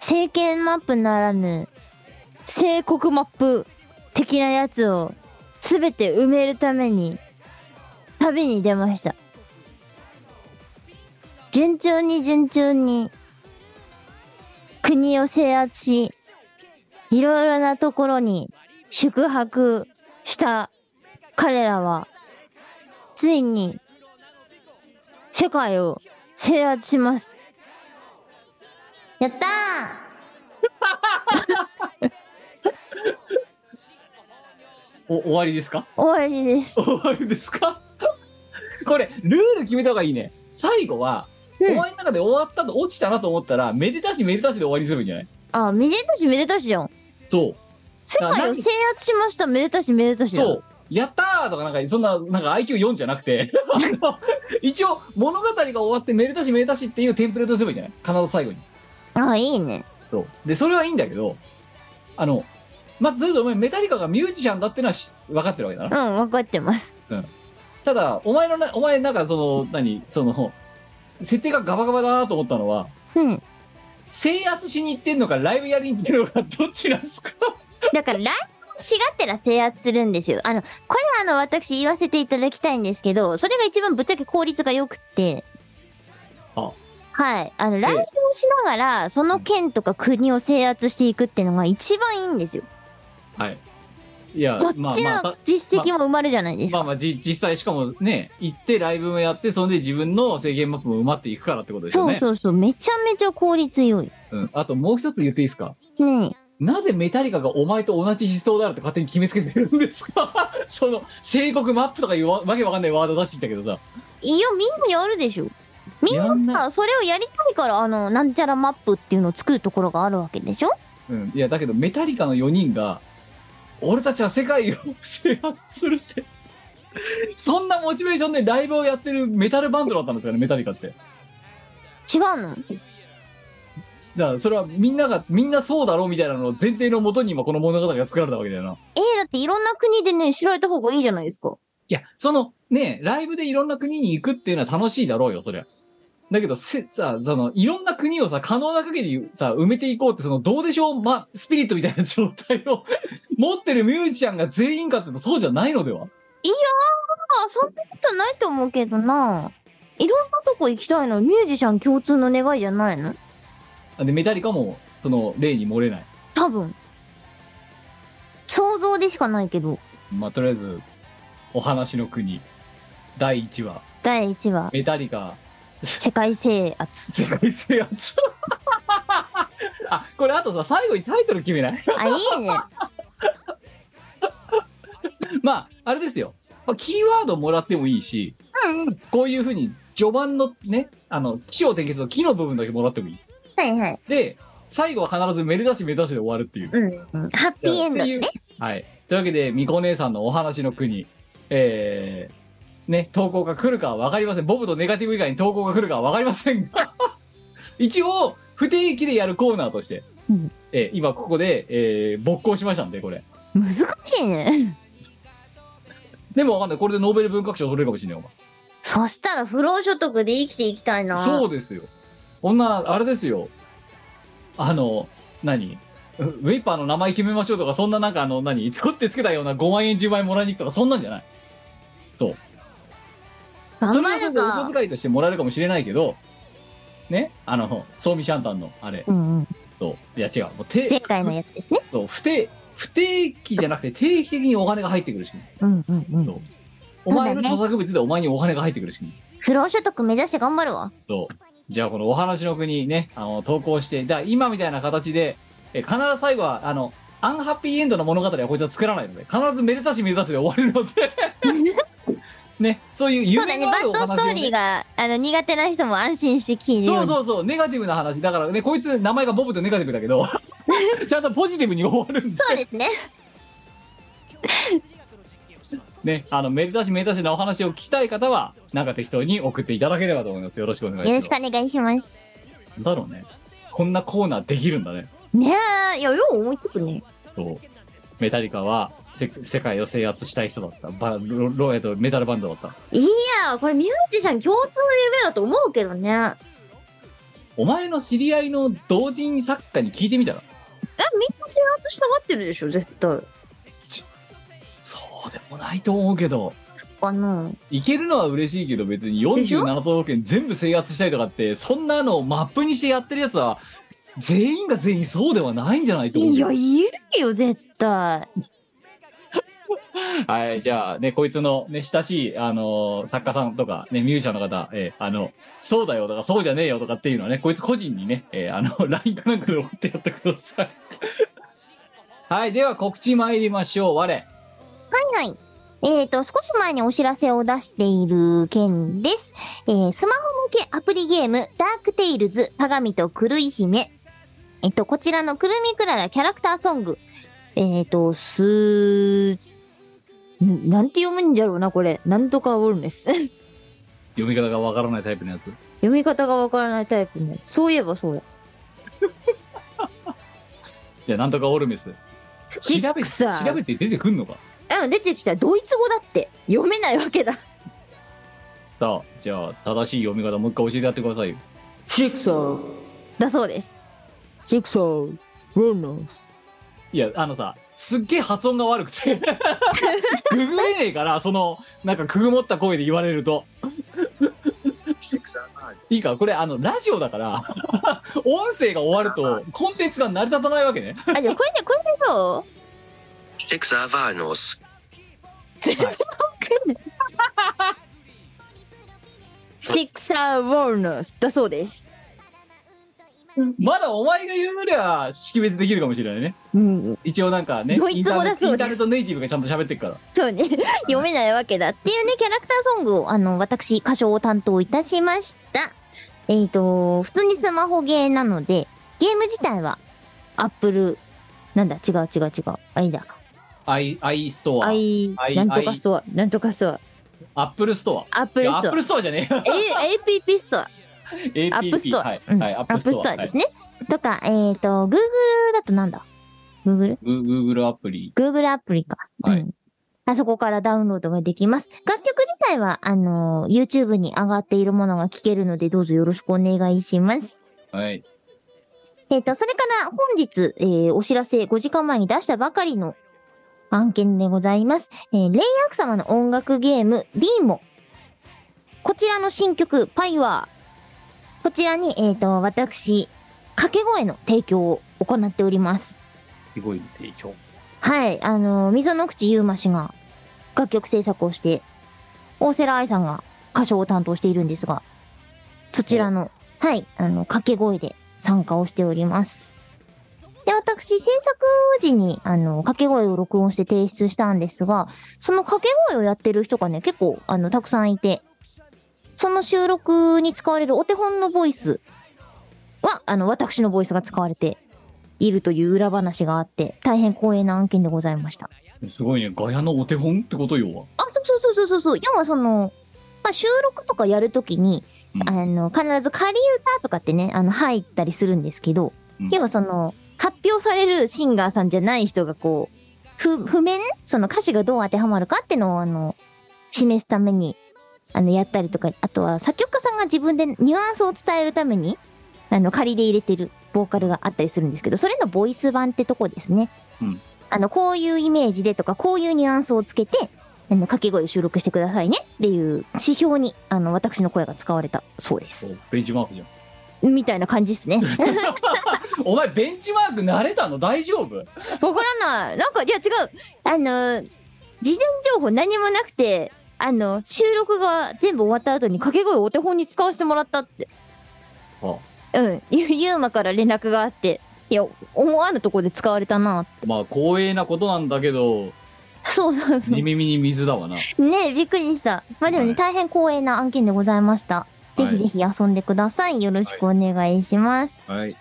政権マップならぬ、帝国マップ的なやつをすべて埋めるために、旅に出ました。順調に順調に国を制圧し、いろいろなところに宿泊した彼らは、ついに世界を制圧します。やったお終わりですかー終わりです。終わりですか これ、ルール決めた方がいいね。最後は、うおん。前の中で終わったと落ちたなと思ったら、めでたしめでたしで終わりにするんじゃないあ、めでたしめでたしじゃん。そう。世界を制圧しました。めでたしめでたしじゃん。そう。やったーとか、なんか、そんな、なんか IQ4 じゃなく て、あの一応、物語が終わって、めでたしめでたしっていうテンプレートすればいいんじゃない必ず最後に。あ、いいね。そう。で、それはいいんだけど、あの、まあ、それとお前メタリカがミュージシャンだってのはし分かってるわけだう、なん分かってます。ただお前のなお前なんかその何その設定がガバガバだなと思ったのはうん。制圧しに行ってんのかライブやりに行ってんのかどっちなんすかだから、ライブをしがてら制圧するんですよ。あの、これはあの、私言わせていただきたいんですけど、それが一番ぶっちゃけ効率が良くって。あはい。あの、ライブをしながら、その県とか国を制圧していくっていうのが一番いいんですよ。はいいやどっまあちまあたの実績も生まれるじゃないですまか。あまあじ実際しかもね行ってライブもやってそんで自分の制限マップも埋まっていくからってことですよそうねそうそう。めちゃめちゃ効率良い。うん、あともう一つ言っていいですかねえなぜメタリカがお前と同じ思想であるって勝手に決めつけてるんですか その西国マップとかいうわわけわかんないワード出してきたけどさいや、みんなやるでしょ。みんやなんなさ、それをやりたいから、あの、なんちゃらマップっていうのを作るところがあるわけでしょうん、いやだけどメタリカの4人が俺たちは世界を制圧するぜ そんなモチベーションでライブをやってるメタルバンドだったんですよねメタリカって違うのだからそれはみんながみんなそうだろうみたいなのを前提のもとに今この物語が作られたわけだよなえー、だっていろんな国でね、知られた方がいいじゃないですか。いやそのねライブでいろんな国に行くっていうのは楽しいだろうよそりゃだけどせさそのいろんな国をさ可能な限りさ埋めていこうってそのどうでしょう、ま、スピリットみたいな状態を 持ってるミュージシャンが全員かっていうとそうじゃないのではあ、そんなことないと思うけどな。いろんなとこ行きたいの、ミュージシャン共通の願いじゃないのでメタリカもその例に漏れない多分。想像でしかないけど。まあとりあえず「お話の国」第1話第1話、メタリカ世界制圧。 世界制圧 あこれあとさ最後にタイトル決めない あ、いいね。まああれですよ、まあ、キーワードもらってもいいしうんうん。こういうふうに序盤のねあの起承転結の「木」の部分だけもらってもいいはいはい。で最後は必ずめでたしめでたしで終わる っていううんうん。ハッピーエンドっていねう。はい。というわけで、みこ姉さんのお話の国、えー、ね、投稿が来るかは分かりません。ボブとネガティブ以外に投稿が来るかは分かりませんが、 一応、不定期でやるコーナーとして、うんえー今ここで、えー、勃興しましたんで、これ。難しいね。でも分かんない。これでノーベル文学賞取れるかもしれないよ、そしたら不労所得で生きていきたいおな。前。そうですよ。女、あれですよ。あの、何ウェイパーの名前決めましょうとか、そんななんかあの、何取ってつけたような5万円、10万円もらいに行くとか、そんなんじゃない。そ頑れ張はそれるでおか小。遣いとしてもらえるかもしれないけど、ね、あの、ソーミシャンタンのあれうんうん。と、いや違う、もう定前回のやつですね。そう不定、不定期じゃなくて定期的にお金が入ってくる仕組うんうんうみ。ん。そうお前のそうだね著作物でお前にお金が入ってくる仕組み。不労所得目指して頑張るわ。そうじゃあこのお話の国ね、あの投稿して、だから今みたいな形で、え必ず最後は、あの、アンハッピーエンドの物語はこいつは作らないので、必ずめでたしめでたしで終わるの で、ね、そういうそうだ夢ね、のバあるッおド話を、ストーリーがあの苦手な人も安心して聞いてるよそううにそうそう、ネガティブな話。だからね、こいつ名前がボブとネガティブだ けど、ちゃんとポジティブに終わるんで、そうですね。ね、あの、めでたしめでたしなお話を聞きたい方は、なんか適当に送っていただければと思います。よろしくお願いしよまろすしく。お願いします。なんだろうね。こんなコーナーできるんだね。ねえ、いや、よう思いつくね。そう。メタリカはせ世界を制圧したい人だった。バロロエとメタルバンドだった。いや、これミュージシャン共通の夢だと思うけどね。あ、お前の知り合いの同人作家に聞いてみたら。みんな制圧したがってるでしょ、絶対。そうでもないと思うけど。あの、いけるのは嬉しいけど別にでしょ47都道府県全部制圧したいとかってそんなのをマップにしてやってるやつは全員が全員そうではないんじゃないと思ういや、よいるよ、絶対。はいじゃあねこいつのね親しいあのー作家さんとかねミュージシャンの方、えーあのそうだよとかそうじゃねえよとかっていうのはねこいつ個人にね、えーあの LINE かなんかで送ってやってください はいでは告知参りましょう我はいはい。えっ、と、少し前にお知らせを出している件です。えースマホ向けアプリゲーム、ダークテイルズ、鏡と狂い姫。えっ、と、こちらのくるみくららキャラクターソング。えっ、と、すー、んなんて読むんじゃろうな、これ。なんとかウォルメス。 読読み方がわからないタイプのやつみ方がわからないタイプね。そういえばそうや。じゃあなんとかオルメススチ調ッべクさ調べて出てくんのかうん、出てきた。ドイツ語だって。読めないわけだ。さあじゃあ正しい読み方もう一回教えてやってくださいよシクサー、だそうです。シクサー、ロナス。いやあのさすっげえ発音が悪くて ググれねえからそのなんかくぐもった声で言われるといいかこれあのラジオだから 音声が終わるとコンテンツが成り立たないわけねあ、じゃあこれで、これでどう Six Avanos. 全然わかんない。シクサー・ウォーナスだそうです。まだお前が言うよりは識別できるかもしれないねうん、一応なんかねドイツ語だそうですインターネットインターネットネイティブがちゃんと喋ってるからそうね。読めないわけだっていうね、キャラクターソングを、あの、私、歌唱を担当いたしました。えっ、と、普通にスマホゲーなので、ゲーム自体は、アップル、なんだ、違う違う違う。あ、いいだ。アイアイストアアイ、アイなんとかストア、なんとかストア、アップルストアッアプいルやスアットプルストアじゃねえよア、A、APP ストア、 APP アップストア、はい、うんはい、アアッッププスストトアアですね。とか、えっ、ー、と、Google だとなんだ ?Google?Google グ Google アプリ Google アプリか。はいうん。あそこからダウンロードができます。楽曲自体は、あのー YouTube に上がっているものが聴けるので、どうぞよろしくお願いします。はいえっ、と、それから本日、えーお知らせ5時間前に出したばかりの案件でございます。えーレイアーク様の音楽ゲーム、ビーモ。こちらの新曲、パイワー。こちらに、えっ、と、私、掛け声の提供を行っております。すごい提供はい、あの、溝の口優馬氏が楽曲制作をして、大瀬良愛さんが歌唱を担当しているんですが、そちらの、はい、あの、掛け声で参加をしております。で、私、制作時に、あの、掛け声を録音して提出したんですが、その掛け声をやってる人がね、結構、あの、たくさんいて、その収録に使われるお手本のボイスは、あの、私のボイスが使われているという裏話があって、大変光栄な案件でございました。すごいねガヤのお手本ってことよあ、そうそうそうそうそうそう。要はその、まあ、収録とかやるときに、うんあの、必ず仮歌とかってね、あの、入ったりするんですけど、うん要はその、発表されるシンガーさんじゃない人がこう、ふ、譜面その歌詞がどう当てはまるかってのを、あの、示すために、あの、やったりとか、あとは作曲家さんが自分でニュアンスを伝えるために、あの、仮で入れてるボーカルがあったりするんですけど、それのボイス版ってとこですね。うんあの、こういうイメージでとか、こういうニュアンスをつけて、あの、掛け声を収録してくださいねっていう指標に、あの、私の声が使われたそうです。ベンチマークじ ゃんみたいな感じですね。お前ベンチマーク慣れたの大丈夫わからない。なんか、いや違う。あの、事前情報何もなくて、あの、収録が全部終わった後に掛け声をお手本に使わせてもらったって。あうん。ゆ、ゆうまから連絡があって、いや、思わぬとこで使われたな。まあ光栄なことなんだけどそうそうそう寝。 耳に水だわなねえ、びっくりした。まあでもね、はい大変光栄な案件でございました。ぜひぜひ遊んでください。よろしくお願いします。はい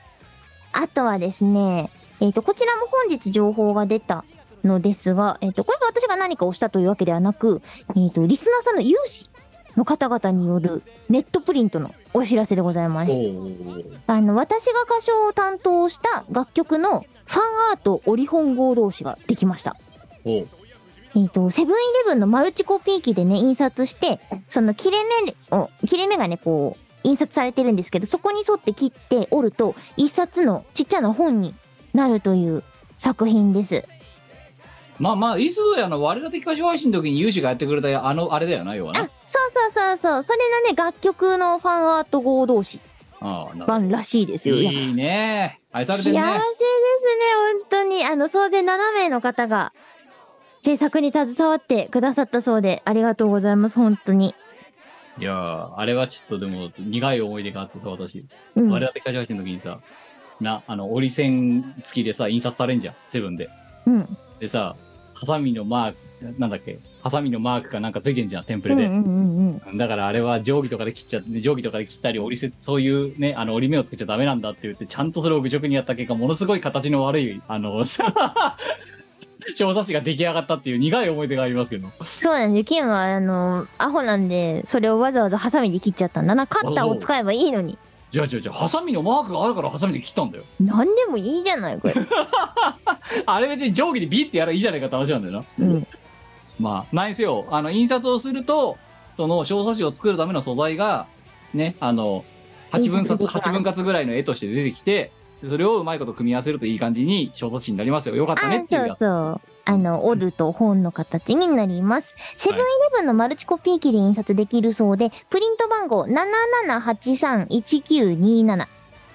あとはですね、えっ、と、こちらも本日情報が出たのですが、えっ、と、これは私が何かをしたというわけではなく、えっ、と、リスナーさんの有志の方々によるネットプリントのお知らせでございまおす。ーあの、私が歌唱を担当した楽曲のファンアートオリホン合同誌ができました。おーえっ、と、セブンイレブンのマルチコピー機でね、印刷して、その切れ目を、切れ目がね、こう、印刷されてるんですけど、そこに沿って切って折ると、一冊のちっちゃな本になるという作品です。まあまあいつぞやの我ら的歌唱配信の時に有志がやってくれたあのあれだよな要あ、はそうなそうそうそう。それのね、楽曲のファンアート合同誌ああなるほ版らしいですよ。どいやいいね愛され幸せてでするね、ね本当に。あの、総勢7名の方が、制作に携わってくださったそうで、ありがとうございます、本当に。いやーあれはちょっとでも苦い思い出があってさ私うん。我々的歌唱配信の時にさなあの折り線付きでさ印刷されんじゃんセブンでうん。でさハサミのマークなんだっけハサミのマークかなんかついてんじゃんテンプうんうんレうで、んうん。だからあれは定規とかで切っちゃって定規とかで切ったり折りせそういうねあの折り目をつけちゃダメなんだって言ってちゃんとそれを愚直にやった結果ものすごい形の悪いあの 小冊子が出来上がったっていう苦い思い出がありますけどそうなんですよ。キムは、あの、アホなんで、それをわざわざハサミで切っちゃったんだな。カッターを使えばいいのに。じゃあじゃあじゃあハサミのマークがあるからハサミで切ったんだよ何でもいいじゃない、 これ。あれ別に定規でビってやればいいじゃないかって話なんだよなうん。まあ何せよあの印刷をするとその小冊子を作るための素材がねあの8分印刷でき割ます八分割ぐらいの絵として出てきてそれをうまいこと組み合わせるといい感じに小冊子になりますよよかったあねっ、ていそううやそう。あの、折ると本の形になります。セブンイレブンのマルチコピー機で印刷できるそうで、プリント番号77831927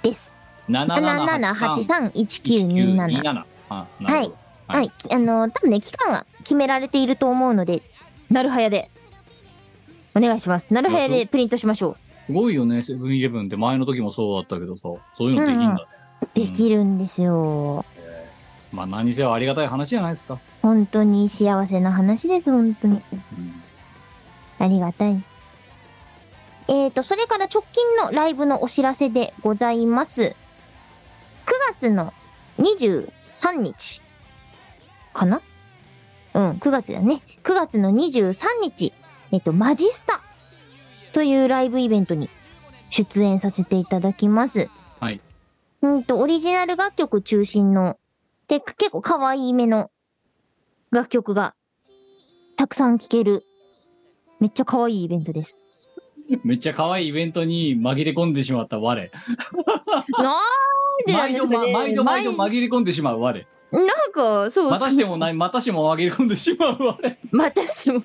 です。 7783 77831927。はあないるほどははいい、あの多分ね期間が決められていると思うのでなるはやでお願いしますなるはやでプリントしましょすごいよねセブンイレブンって前の時もそうだったけどさそういうのできんだ、うんうんうできるんですよまあ何にせよありがたい話じゃないですか、本当に幸せな話です本当にうんありがたいえーとそれから直近のライブのお知らせでございます9月の23日かなうん、9月だね。9月の23日、えっと、マジスタというライブイベントに出演させていただきます。はい。うんと、オリジナル楽曲中心の、で、結構可愛いめの楽曲がたくさん聴ける、めっちゃ可愛いイベントです。めっちゃ可愛いイベントに紛れ込んでしまった我なんでなん 毎です度かまね毎度毎度紛れ込んでしまう我なんか、そう、またしてもない またしても紛れ込んでしまう我またしも。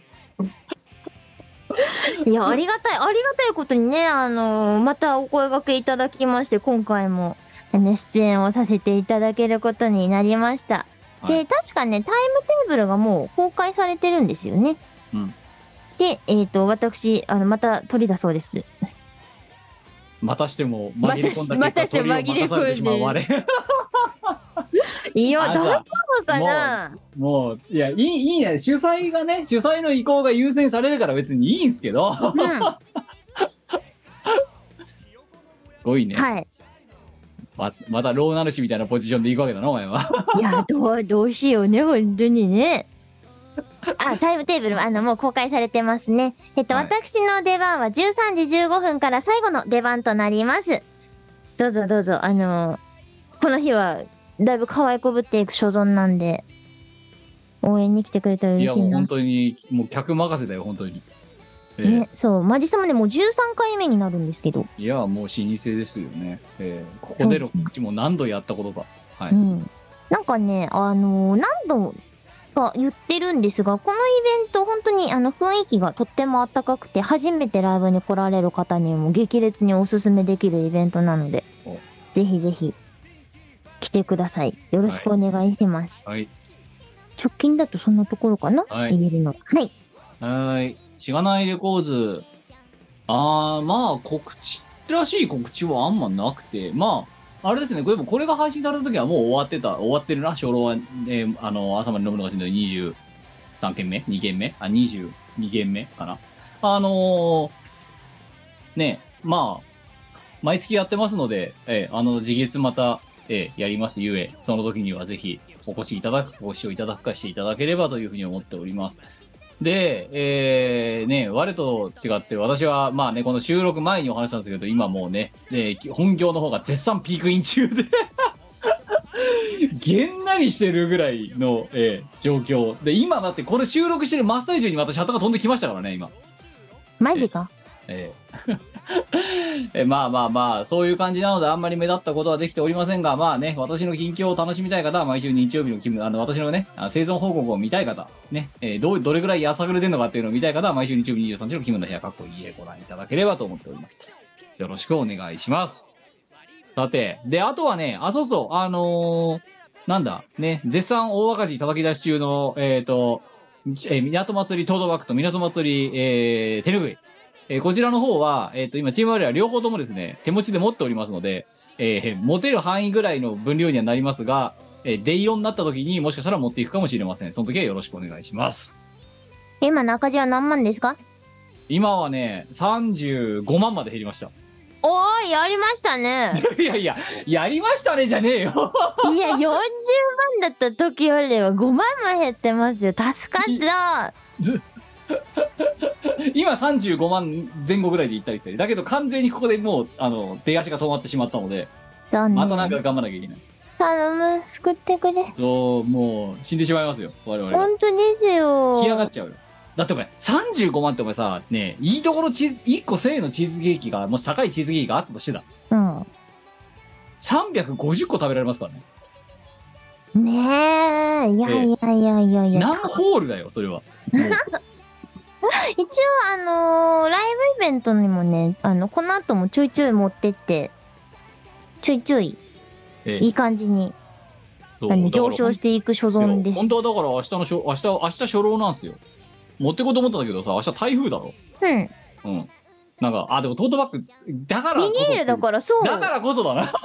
いや、ありがたい、ありがたいことにね、あのまたお声掛けいただきまして、今回も、ね、出演をさせていただけることになりました。はで、確かね、タイムテーブルがもう公開されてるんですよね。うんで、えっ、と、私、あの、また取りだそうです。またしても紛れ込んだまたしてま結果たして鳥を待たされてしまう我いや、あ大の丈さ夫かな もういやいいいいね主催がね主催の意向が優先されるから別にいいんすけどうん。はすごいね、い。ままたローナルシみたいなポジションで行くわけだなお前はいや、どう、どうしようね、本当にね。あ、タイムテーブル、あの、もう公開されてますね。えっと、はい私の出番は13時15分から最後の出番となります。どうぞどうぞ、あのこの日は、だいぶ可愛こぶっていく所存なんで、応援に来てくれたらい嬉やしいもうな。本当にもう客任せだよ本当に、ええね、そう、マジさまでもう13回目になるんですけど、、いやもう老舗ですよね、ええここでの告知も何度やったことかはいうん。なんかね、あの何度か言ってるんですが、このイベント、本当にあの雰囲気がとっても温かくて、初めてライブに来られる方にも激烈におすすめできるイベントなのでお、ぜひぜひ来てください。よろしくお願いします。はい直近だとそんなところかな、はい言えるの。はい。はーい。しがないレコーズ。あー、まあ、告知らしい告知はあんまなくて、まあ、あれですね、これもこれが配信された時はもう終わってた、終わってるな、初老は、えーあの、朝まで飲むのがしんどい23件目 ?2 件目あ、22件目かな。あのー、ね、まあ、毎月やってますので、えーあの、次月また、えーやりますゆえ、その時にはぜひ、お越しいただく、ご視聴いただくかしていただければというふうに思っております。で、えー、ね、我と違って、私は、まあね、この収録前にお話ししたんですけど、今もうね、えー本業の方が絶賛ピークイン中で、 げんなりしてるぐらいの、えー状況。で、今だってこれ収録してる真っ最中に私、旗が飛んできましたからね、今。マジか。ええ えまあまあまあ、そういう感じなので、あんまり目立ったことはできておりませんが、まあね、私の近況を楽しみたい方は、毎週日曜日の勤務、あの、私のね、あ生存報告を見たい方、ね、えーどう、どれぐらいやさぐれてるのかっていうのを見たい方は、毎週日曜日23時の勤務の部屋、かっこいいへご覧いただければと思っております。よろしくお願いします。さて、で、あとはね、あ、そうそう、あのーなんだ、ね、絶賛大赤字叩き出し中の、えっ、と、えー港祭りトートバッグと港祭り、えー、手拭い。えーこちらの方は、えっ、と、今、チームワールは両方ともですね、手持ちで持っておりますので、えー持てる範囲ぐらいの分量にはなりますが、えー、デイロになった時にもしかしたら持っていくかもしれません。その時はよろしくお願いします。今の赤字は何万ですか今はね、35万まで減りました。 おーい、やりましたね。いやいや、やりましたねじゃねえよ。 いや、40万だった時よりは5万も減ってますよ。助かった。今35万前後ぐらいで行ったり来たりだけど完全にここでもうあの出足が止まってしまったので残ま念。たなんか頑張らなきゃいけない頼む、救ってくれ。そうもう死んでしまいますよ我々は本当ですよ。干上がっちゃうよだってお前35万ってお前さねいいところチーズ1個1000円のチーズケーキがもし高いチーズケーキがあったとしてだうん。 350個食べられますからねねえ、いやええいやいやいやいや。何ホールだよそれはもう一応、あのーライブイベントにもね、あの、この後もちょいちょい持ってって、ちょいちょい、ええいい感じに、そうあの、だから上昇していく所存です。いや本当はだから明日のしょ明日明日初老なんですよ持ってこうと思ったんだけどさ明日台風だろうん。うんなんかあでもトートバッグだからビこそニールだから、そう。だからこそだなこ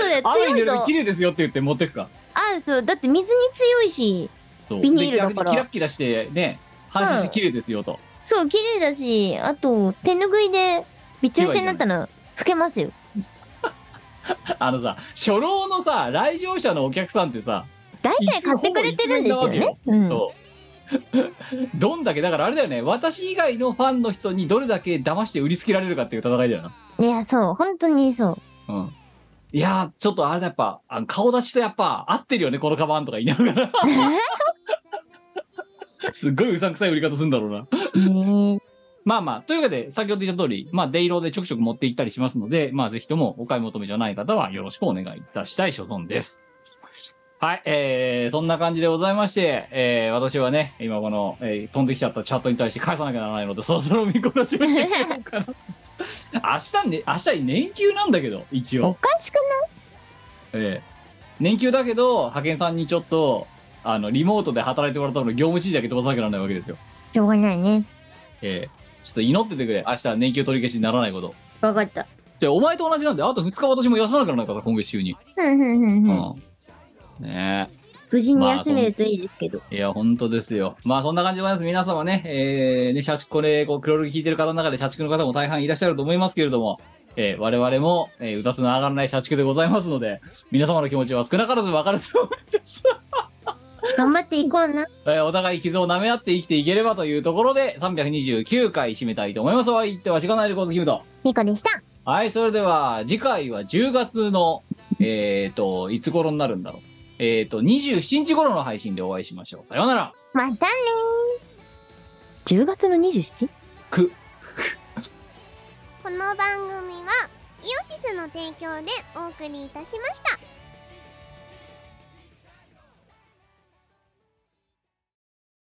そで強雨に濡れいるとと綺。麗ですよって言って持ってくかあ、そう。だって水に強いし、そうビニールだからで逆にキラッキラしてね反射して綺麗ですよと、そう、綺麗だし、あと、手拭いで、びっちゃびちゃになったの、拭けますよ。あのさ初老のさ来場者のお客さんってさ、大体買ってくれてるんですよね。うん。そう どんだけだからあれだよね私以外のファンの人にどれだけ騙して売りつけられるかっていう戦いだよないや、そう、本当にそう。うんいやーちょっとあれだやっぱあの顔立ちとやっぱ合ってるよねこのカバンとか言いながら すっごいうさんくさい売り方するんだろうなねまあまあ、というわけで、先ほど言った通り、まあ、デイローでちょくちょく持っていったりしますので、まあ、ぜひともお買い求めじゃない方はよろしくお願いいたしたい所存です。はい、えー、そんな感じでございまして、えー、私はね、今この、えー飛んできちゃったチャットに対して返さなきゃならないので、そろそろ見殺しをしてみようかな。明日ね、明日に年休なんだけど、一えお応。かしくないえー、年休だけど、派遣さんにちょっと、あの、リモートで働いてもらったの業務指示だけ飛ばさなきゃならないわけですよ。しょうがないね。えー、ちょっと祈っててくれ。明日は年休取り消しにならないこと。わかった。でお前と同じなんで、あと2日私も休まなきゃならないから、今月中に。うんうんうんううん。ん。ね無事に休めるといいですけど。え。いや、本当ですよ。まあ、そんな感じでございます。皆様ね、えー、ね、社畜、これ、こう、黒ロル聞いてる方の中で社畜の方も大半いらっしゃると思いますけれども、えー、我々も、えー、うたつの上がらない社畜でございますので、皆様の気持ちは少なからずわかると思います。 頑張っていこうな。えーお互い傷を舐め合って生きていければというところで、329回締めたいと思います。お相手はしがないレコードキムと。ニコでした。はい、それでは、次回は10月の、えっ、と、いつ頃になるんだろう。えっ、と、27日頃の配信でお会いしましょう。さようなら。またねー。10月の 27? く、この番組はイオシスの提供でお送りいたしました